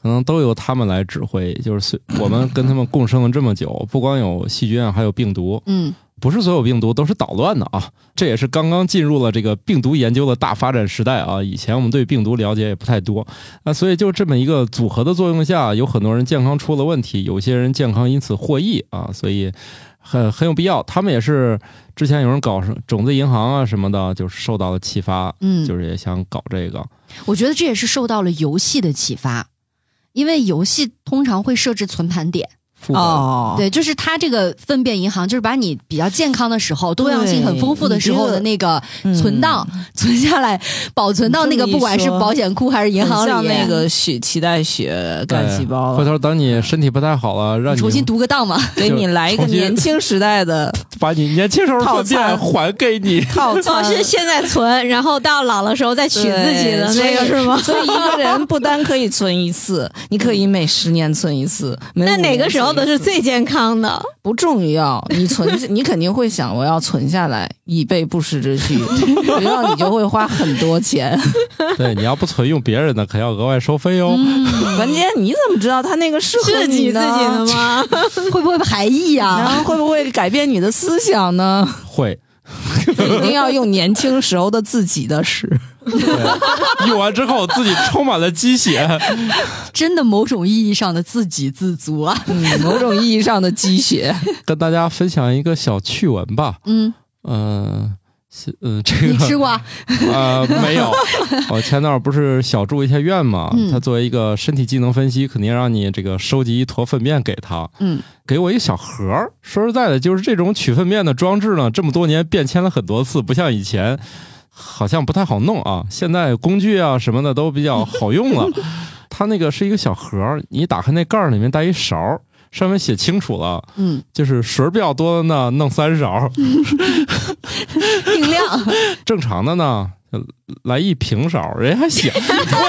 Speaker 1: 可能都由他们来指挥。就是随我们跟他们共生了这么久，不光有细菌，啊还有病毒。
Speaker 2: 嗯，
Speaker 1: 不是所有病毒都是捣乱的啊，这也是刚刚进入了这个病毒研究的大发展时代啊。以前我们对病毒了解也不太多，那所以就这么一个组合的作用下，有很多人健康出了问题，有些人健康因此获益啊，所以很很有必要。他们也是之前有人搞什种子银行啊什么的，就是受到了启发，
Speaker 2: 嗯
Speaker 1: 就是也想搞这
Speaker 4: 哦
Speaker 1: 个。
Speaker 2: 我觉得这也是受到了游戏的启发，因为游戏通常会设置存盘点，
Speaker 1: 副本
Speaker 4: 哦，
Speaker 2: 对，就是它这个粪便银行，就是把你比较健康的时候、多样性很丰富的时候的那个
Speaker 4: 嗯
Speaker 2: 存档、存下来，保存到那个
Speaker 4: 你这么一
Speaker 2: 不管是
Speaker 4: 说
Speaker 2: 保险库还是银
Speaker 4: 很
Speaker 2: 行
Speaker 4: 像
Speaker 2: 里，
Speaker 4: 那个血脐带血干细胞
Speaker 1: 回
Speaker 4: 了，
Speaker 1: 头等你身体不太好了，让你
Speaker 2: 重新读个档嘛。
Speaker 4: 给你来一个
Speaker 1: 重新
Speaker 4: 年轻时代 的
Speaker 1: 把你年轻时候的粪
Speaker 4: 套餐
Speaker 1: 便还给 你。
Speaker 4: 套
Speaker 3: 哦，
Speaker 4: 餐。
Speaker 3: 是现在存，然后到老的时候再取自己的那
Speaker 4: 对
Speaker 3: 个是吗？
Speaker 4: 所以 一个人不单可以存一次，你可以每十年存一次，每
Speaker 3: 嗯那
Speaker 4: 五
Speaker 3: 哪
Speaker 4: 年
Speaker 3: 个时候
Speaker 4: 存
Speaker 3: 的
Speaker 4: 一
Speaker 3: 是
Speaker 4: 次
Speaker 3: 最健康的？
Speaker 4: 不重要，你存你肯定会想我要存下来以备不时 之需，不要你就会花很多钱。
Speaker 1: 对，你要不存用别人的，可要额外收费哦。
Speaker 4: 嗯文杰，你怎么知道他那个适合
Speaker 3: 是
Speaker 4: 你
Speaker 3: 你自己的
Speaker 4: 呢？
Speaker 3: 吗？
Speaker 2: 会不会排异
Speaker 4: 然
Speaker 2: 啊？
Speaker 4: 后会不会改变你的思想呢？
Speaker 1: 会，
Speaker 4: 一定要用年轻时候的自己的屎。
Speaker 1: 对用完之后自己充满了鸡血。
Speaker 2: 真的某种意义上的自给自足 啊！
Speaker 4: 嗯，某种意义上的 鸡血，
Speaker 1: 跟大家分享一个小趣闻吧，
Speaker 2: 嗯，
Speaker 1: 嗯、是嗯、这
Speaker 2: 你吃
Speaker 1: 个
Speaker 2: 过啊？
Speaker 1: 呃没 有，我前段儿不是小住一天院嘛，
Speaker 2: 嗯
Speaker 1: 他作为一个身体机能分析，肯定让你这个收集一坨粪便给他，
Speaker 2: 嗯，
Speaker 1: 给我一小盒儿。说实在的，就是这种取粪便的装置呢，这么多年变迁了很多次，不像以前，好像不太好弄啊。现在工具啊什么的都比较好用啊 了。它那个是一个小盒儿，你打开那盖儿里面带一勺儿，上面写清楚了，
Speaker 2: 嗯，
Speaker 1: 就是水儿比较多的呢，弄三勺儿；
Speaker 2: 定量，
Speaker 1: 正常的呢，呃来一平勺儿。人家还 写，问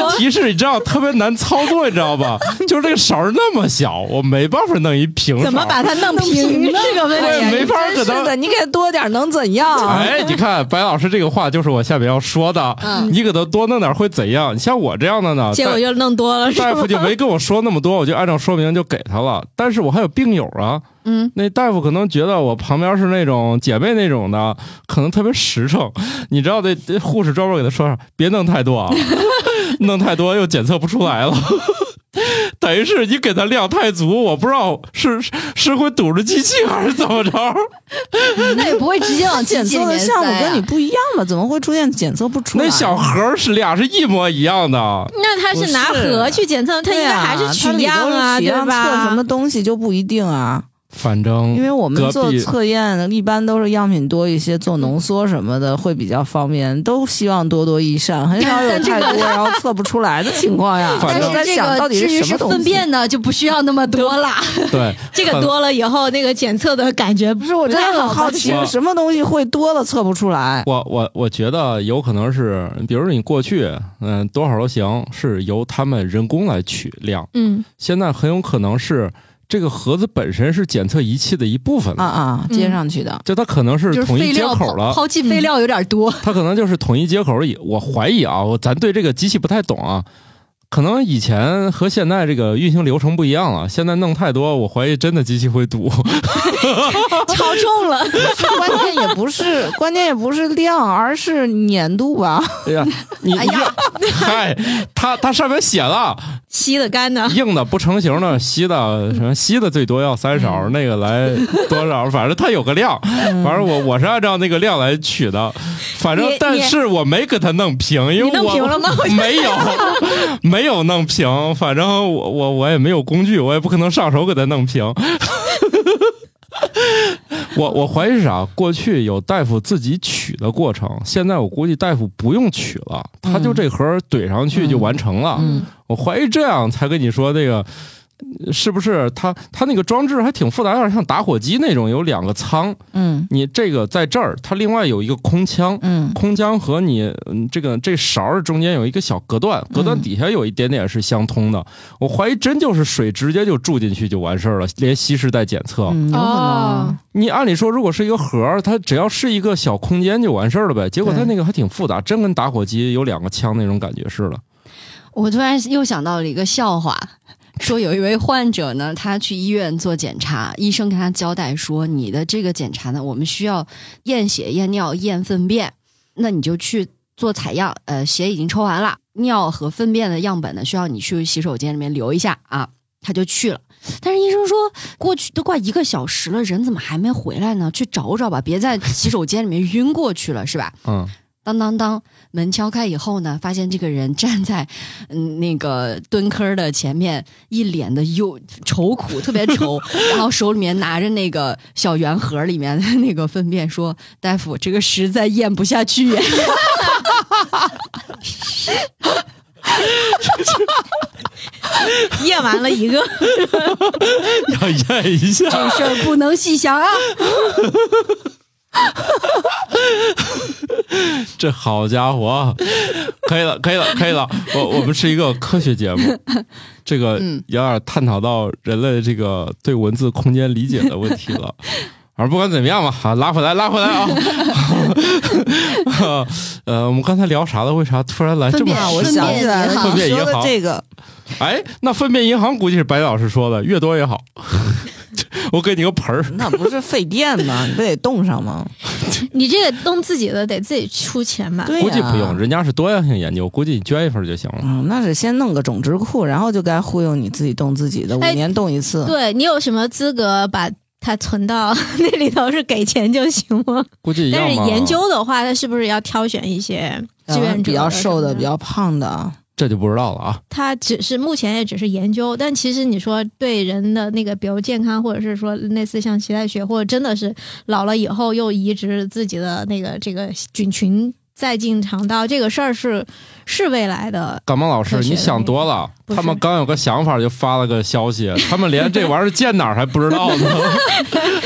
Speaker 1: 问题是，你知道特别难操作，你知道吧？就是这个勺儿那么小，我没办法弄一平勺儿。
Speaker 3: 怎么把它弄平
Speaker 4: 平呢
Speaker 3: 是个问
Speaker 1: 哎
Speaker 3: 题。
Speaker 1: 没法儿
Speaker 4: 真
Speaker 1: 给他
Speaker 4: 是的，你给他多点儿能 怎样？
Speaker 1: 哎，你看白老师这个话就是我下面要说的，
Speaker 2: 嗯
Speaker 1: 你给他多弄点会怎样？你像我这样的呢，
Speaker 3: 结果
Speaker 1: 大
Speaker 3: 就弄多了，是
Speaker 1: 大
Speaker 3: 吗
Speaker 1: 夫？就没跟我说那么多，我就按照说明就给他了。但是我还有病友啊，
Speaker 3: 嗯，
Speaker 1: 那大夫可能觉得我旁边是那种姐妹那种的，可能特别实诚。你知道那那护士专门给他说上，别弄太多啊， 弄太多又检测不出来了。 等于是你给他量太足，我不知道是是是会堵着机器还是怎么着。
Speaker 2: 那也不会直接往
Speaker 4: 检
Speaker 2: 机器里
Speaker 4: 测 的
Speaker 2: 面塞
Speaker 4: 项目跟你
Speaker 2: 啊。
Speaker 4: 不一样嘛，怎么会出现检测不出来？
Speaker 1: 那小盒儿是俩是一模一样的，
Speaker 3: 那他
Speaker 4: 不
Speaker 3: 是拿
Speaker 4: 是
Speaker 3: 盒去检测，他应
Speaker 4: 对
Speaker 3: 该
Speaker 4: 啊
Speaker 3: 还是取
Speaker 4: 它里头
Speaker 3: 样啊，
Speaker 4: 是取
Speaker 3: 对
Speaker 4: 样测
Speaker 3: 吧？
Speaker 4: 什么东西就不一定啊，
Speaker 1: 反正
Speaker 4: 因为我们
Speaker 1: 隔
Speaker 4: 做
Speaker 1: 壁
Speaker 4: 测验一般都是样品多一些，做浓缩什么的会比较方便，都希望多多益善，很少有太多然后测不出来的情况呀。
Speaker 1: 反
Speaker 2: 但
Speaker 1: 正
Speaker 4: 我在
Speaker 2: 是这
Speaker 4: 想到
Speaker 2: 个
Speaker 4: 底
Speaker 2: 至于
Speaker 4: 什
Speaker 2: 是
Speaker 4: 么东
Speaker 2: 粪
Speaker 4: 西。
Speaker 2: 便呢，就不需要那么多 啦。
Speaker 1: 对
Speaker 3: 这个
Speaker 1: 很
Speaker 3: 多了以后，那个检测的感觉不是
Speaker 4: 我
Speaker 3: 我
Speaker 4: 真的很好奇
Speaker 1: 我，
Speaker 4: 什么东西会多了测不出来？
Speaker 1: 我我我觉得有可能是，比如说你过去，嗯、多少都行，是由他们人工来取量。
Speaker 3: 嗯，
Speaker 1: 现在很有可能是这个盒子本身是检测仪器的一部分了
Speaker 4: 啊啊，接上去的。
Speaker 1: 就它可能是
Speaker 2: 就是
Speaker 1: 统
Speaker 2: 废
Speaker 1: 一接
Speaker 2: 料
Speaker 1: 口
Speaker 2: 抛
Speaker 1: 了，
Speaker 2: 抛
Speaker 4: 嗯
Speaker 2: 弃废料有点多，
Speaker 1: 它可能就是统一接口了以。我怀疑啊，我咱对这个机器不太懂啊，可能以前和现在这个运行流程不一样了。现在弄太多，我怀疑真的机器会堵。
Speaker 3: 超重了，
Speaker 4: 关键也不是，关键也不是量，而是粘度吧。
Speaker 1: 哎呀，你哎呀， 嗨，它它上面写了。
Speaker 3: 吸的干的。
Speaker 1: 硬的不成形的，稀的什么稀的最多要三勺，
Speaker 3: 嗯
Speaker 1: 那个来多少，反正它有个量，反正我我是按照那个量来取的，反正
Speaker 3: 你
Speaker 1: 但
Speaker 3: 你
Speaker 1: 是我没给它弄平，因为
Speaker 3: 你弄
Speaker 1: 我
Speaker 3: 平了吗
Speaker 1: 没有，没有弄平，反正我我我也没有工具，我也不可能上手给它弄平。 我我怀疑是啥？过去有大夫自己取的过程，现在我估计大夫不用取了，他就
Speaker 4: 嗯
Speaker 1: 这盒儿怼上去就完成了。
Speaker 4: 嗯，
Speaker 1: 我怀疑这样才跟你说那个呃是不是它它那个装置还挺复杂，有点像打火机那种，有两个仓，
Speaker 4: 嗯
Speaker 1: 你这个在这儿，它另外有一个空腔。
Speaker 4: 嗯
Speaker 1: 空腔和你嗯这个这勺儿中间有一个小隔断，
Speaker 4: 嗯
Speaker 1: 隔断底下有一点点是相通的。我怀疑真就是水直接就注进去就完事儿了，连稀释带检测。
Speaker 4: 嗯，有可能
Speaker 3: 哦
Speaker 4: 啊。
Speaker 1: 你按理说，如果是一个盒儿，它只要是一个小空间就完事儿了呗。结果它
Speaker 4: 对
Speaker 1: 那个还挺复杂，真跟打火机有两个腔那种感觉似的。
Speaker 2: 我突然又想到了一个笑话，说有一位患者呢，他去医院做检查，医生跟他交代说，你的这个检查呢，我们需要验血、验尿、验粪便，那你就去做采样，呃，血已经抽完了，尿和粪便的样本呢，需要你去洗手间里面留一下啊。他就去了，但是医生说过去都快一个小时了，人怎么还没回来呢？去找找吧，别在洗手间里面晕过去了，是吧？
Speaker 1: 嗯，
Speaker 2: 当当当，门敲开以后呢，发现这个人站在嗯那个蹲坑儿的前面，一脸的忧愁苦，特别愁，然后手里面拿着那个小圆盒里面的那个粪便，说：“大夫，这个实在咽不下去。”
Speaker 3: 验完了一个，
Speaker 1: 要验一下。
Speaker 2: 这事儿不能细想啊！
Speaker 1: 这好家伙， 可以了，可以了，可以了。我我们是一个科学节目，这个
Speaker 2: 嗯
Speaker 1: 有点探讨到人类这个对文字空间理解的问题了。而不管怎么样吧，啊，拉回来，拉回来啊！ 呃，我们刚才聊啥了？为啥突然来这么
Speaker 2: 分辨
Speaker 4: 啊，
Speaker 1: 深
Speaker 4: 我
Speaker 2: 分
Speaker 4: 想
Speaker 2: 辨
Speaker 4: 起来了，
Speaker 2: 银行
Speaker 4: 你说的这个，
Speaker 1: 哎，那分辨银行估计是白老师说的，越多越好。 我给你个盆儿，
Speaker 4: 那不是费电吗？你不得冻上吗？
Speaker 3: 你这个弄自己的得自己出钱吧？
Speaker 4: 对呀
Speaker 1: 估计不用，人家是多样性研究，估计你捐一份就行了。
Speaker 4: 嗯，那是先弄个种植库，然后就该忽悠你自己动自己的，五
Speaker 3: 哎
Speaker 4: 年动一次。
Speaker 3: 对你有什么资格把它存到那里头？是给钱就行吗？
Speaker 1: 估计要
Speaker 3: 但是
Speaker 1: 么
Speaker 3: 研究的话，它是不是要挑选一些志
Speaker 4: 然后
Speaker 3: 愿者啊
Speaker 4: 比较
Speaker 3: 什么
Speaker 4: 瘦的、
Speaker 3: 的
Speaker 4: 比较胖的，
Speaker 1: 这就不知道了啊。
Speaker 3: 它只是目前也只是研究，但其实你说对人的那个，比如健康，或者是说类似像脐带血，或者真的是老了以后又移植自己的那个这个菌群再进肠道，这个事儿是是未来的。
Speaker 1: 感冒老师，
Speaker 3: 科学
Speaker 1: 你
Speaker 3: 的
Speaker 1: 想
Speaker 3: 那
Speaker 1: 多了。
Speaker 3: 不
Speaker 1: 他们
Speaker 3: 是
Speaker 1: 刚有个想法就发了个消息，他们连这玩意儿见哪儿还不知道呢。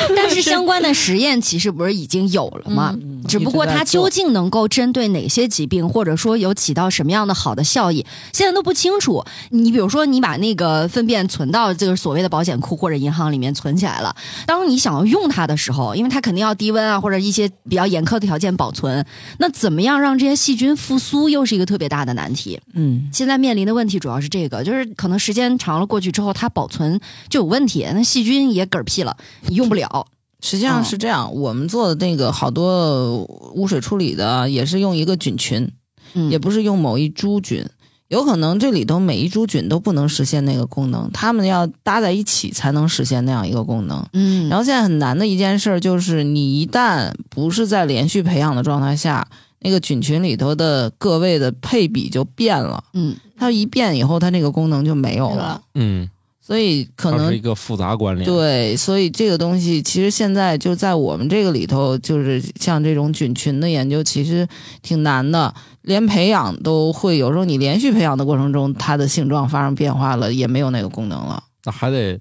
Speaker 2: 但是相关的实验其实不是已经有了吗？
Speaker 3: 嗯
Speaker 2: 只不过它究竟能够针对哪些疾病，或者说有起到什么样的好的效益，现在都不清楚。你比如说，你把那个粪便存到这个所谓的保险库或者银行里面存起来了，当你想要用它的时候，因为它肯定要低温啊，或者一些比较严苛的条件保存，那怎么样让这些细菌复苏，又是一个特别大的难题。
Speaker 4: 嗯，
Speaker 2: 现在面临的问题主要是这个，就是可能时间长了过去之后，它保存就有问题，那细菌也嗝屁了，你用不了。
Speaker 4: 实际上
Speaker 2: 嗯
Speaker 4: 是这样，我们做的那个好多污水处理的啊也是用一个菌群，
Speaker 2: 嗯，
Speaker 4: 也不是用某一株菌，有可能这里头每一株菌都不能实现那个功能，它们要搭在一起才能实现那样一个功能。
Speaker 2: 嗯，
Speaker 4: 然后现在很难的一件事儿就是，你一旦不是在连续培养的状态下，那个菌群里头的个位的配比就变了，
Speaker 2: 嗯，
Speaker 4: 它一变以后，它那个功能就没有
Speaker 3: 对
Speaker 4: 了
Speaker 3: 吧，
Speaker 1: 嗯，
Speaker 4: 所以可
Speaker 1: 它
Speaker 4: 能
Speaker 1: 是一个复杂关联。，
Speaker 4: 对，所以这个东西其实现在就在我们这个里头，就是像这种菌群的研究，其实挺难的，连培养都会有时候你连续培养的过程中，它的性状发生变化了，也没有那个功能了。
Speaker 1: 那还得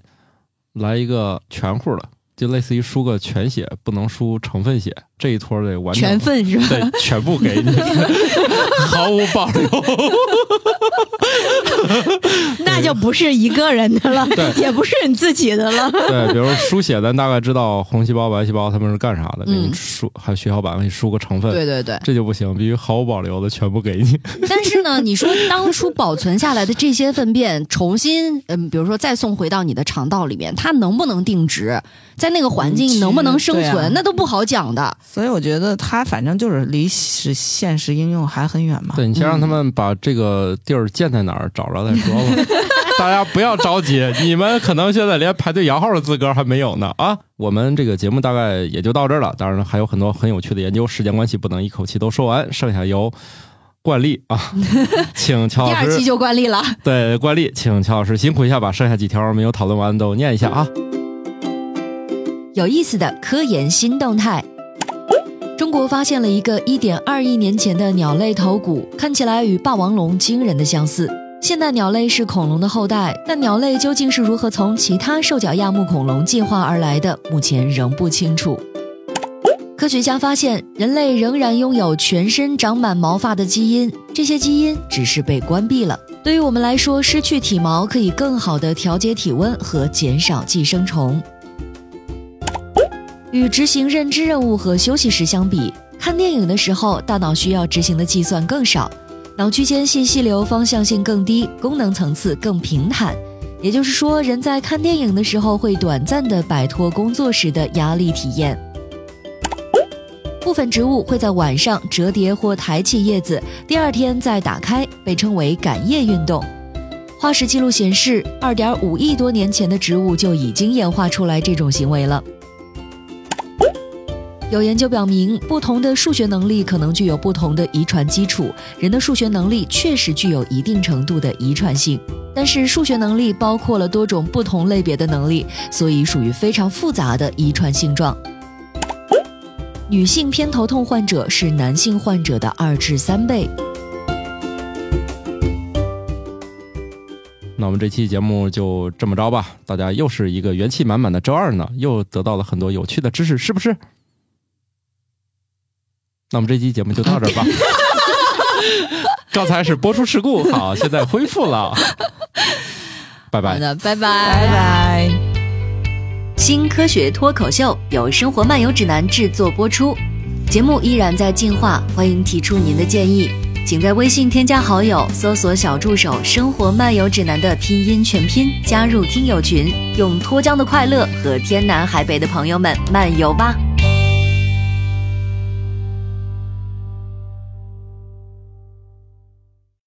Speaker 1: 来一个全户的，就类似于输个全血，不能输成分血，这一托得完整
Speaker 2: 全粪是吧？
Speaker 1: 对，全部给你，毫无保留。
Speaker 3: 那就不是一个人的了
Speaker 1: 对，
Speaker 3: 也不是你自己的了。
Speaker 1: 对，比如输血，咱大概知道红细胞、白细胞它们是干啥的，给你
Speaker 2: 嗯
Speaker 1: 输，还有血小板给你输个成分。
Speaker 4: 对对对，
Speaker 1: 这就不行，必须毫无保留的全部给你。
Speaker 2: 但是呢，你说当初保存下来的这些粪便，重新嗯，比如说再送回到你的肠道里面，它能不能定植，在那个环
Speaker 4: 嗯
Speaker 2: 境
Speaker 4: 其实
Speaker 2: 能不能生
Speaker 4: 对啊
Speaker 2: 存，那都不好讲的。
Speaker 4: 所以我觉得它反正就是离实现实应用还很远嘛。
Speaker 1: 对你先让他
Speaker 2: 嗯
Speaker 1: 们把这个地儿建在哪儿找着再说 吧。大家不要着急，你们可能现在连排队摇号的资格还没有呢啊！我们这个节目大概也就到这儿了，当然还有很多很有趣的研究，时间关系不能一口气都说完，剩下由惯例 啊，请乔
Speaker 2: 第
Speaker 1: 老
Speaker 2: 二期
Speaker 1: 师
Speaker 2: 就惯例了，
Speaker 1: 对惯例，请乔老师辛苦一下，把剩下几条没有讨论完都念一下啊。
Speaker 2: 有意思的科研新动态。中国发现了一个1.2亿年前的鸟类头骨，看起来与霸王龙惊人的相似。现代鸟类是恐龙的后代，但鸟类究竟是如何从其他兽脚亚目恐龙进化而来的，目前仍不清楚。科学家发现，人类仍然拥有全身长满毛发的基因，这些基因只是被关闭了。对于我们来说，失去体毛可以更好地调节体温和减少寄生虫。与执行认知任务和休息时相比，看电影的时候，大脑需要执行的计算更少，脑区间信息流方向性更低，功能层次更平坦。也就是说，人在看电影的时候会短暂的摆脱工作时的压力体验。部分植物会在晚上折叠或抬起叶子，第二天再打开，被称为赶叶运动。化石记录显示，2.5亿多年前的植物就已经演化出来这种行为了。有研究表明，不同的数学能力可能具有不同的遗传基础。人的数学能力确实具有一定程度的遗传性，但是数学能力包括了多种不同类别的能力，所以属于非常复杂的遗传性状。女性偏头痛患者是男性患者的二至三倍。
Speaker 1: 那我们这期节目就这么着吧，大家又是一个元气满满的周二呢，又得到了很多有趣的知识，是不是？那我们这期节目就到 这儿吧。刚才是播出事故，好，现在恢复了，拜拜
Speaker 4: 好。的，拜拜，拜拜。
Speaker 5: 新科学脱口秀由生活漫游指南制作播出，节目依然在进化，欢迎提出您的建议，请在微信添加好友，搜索小助手“生活漫游指南”的拼音全拼，加入听友群，用脱缰的快乐和天南海北的朋友们漫游吧。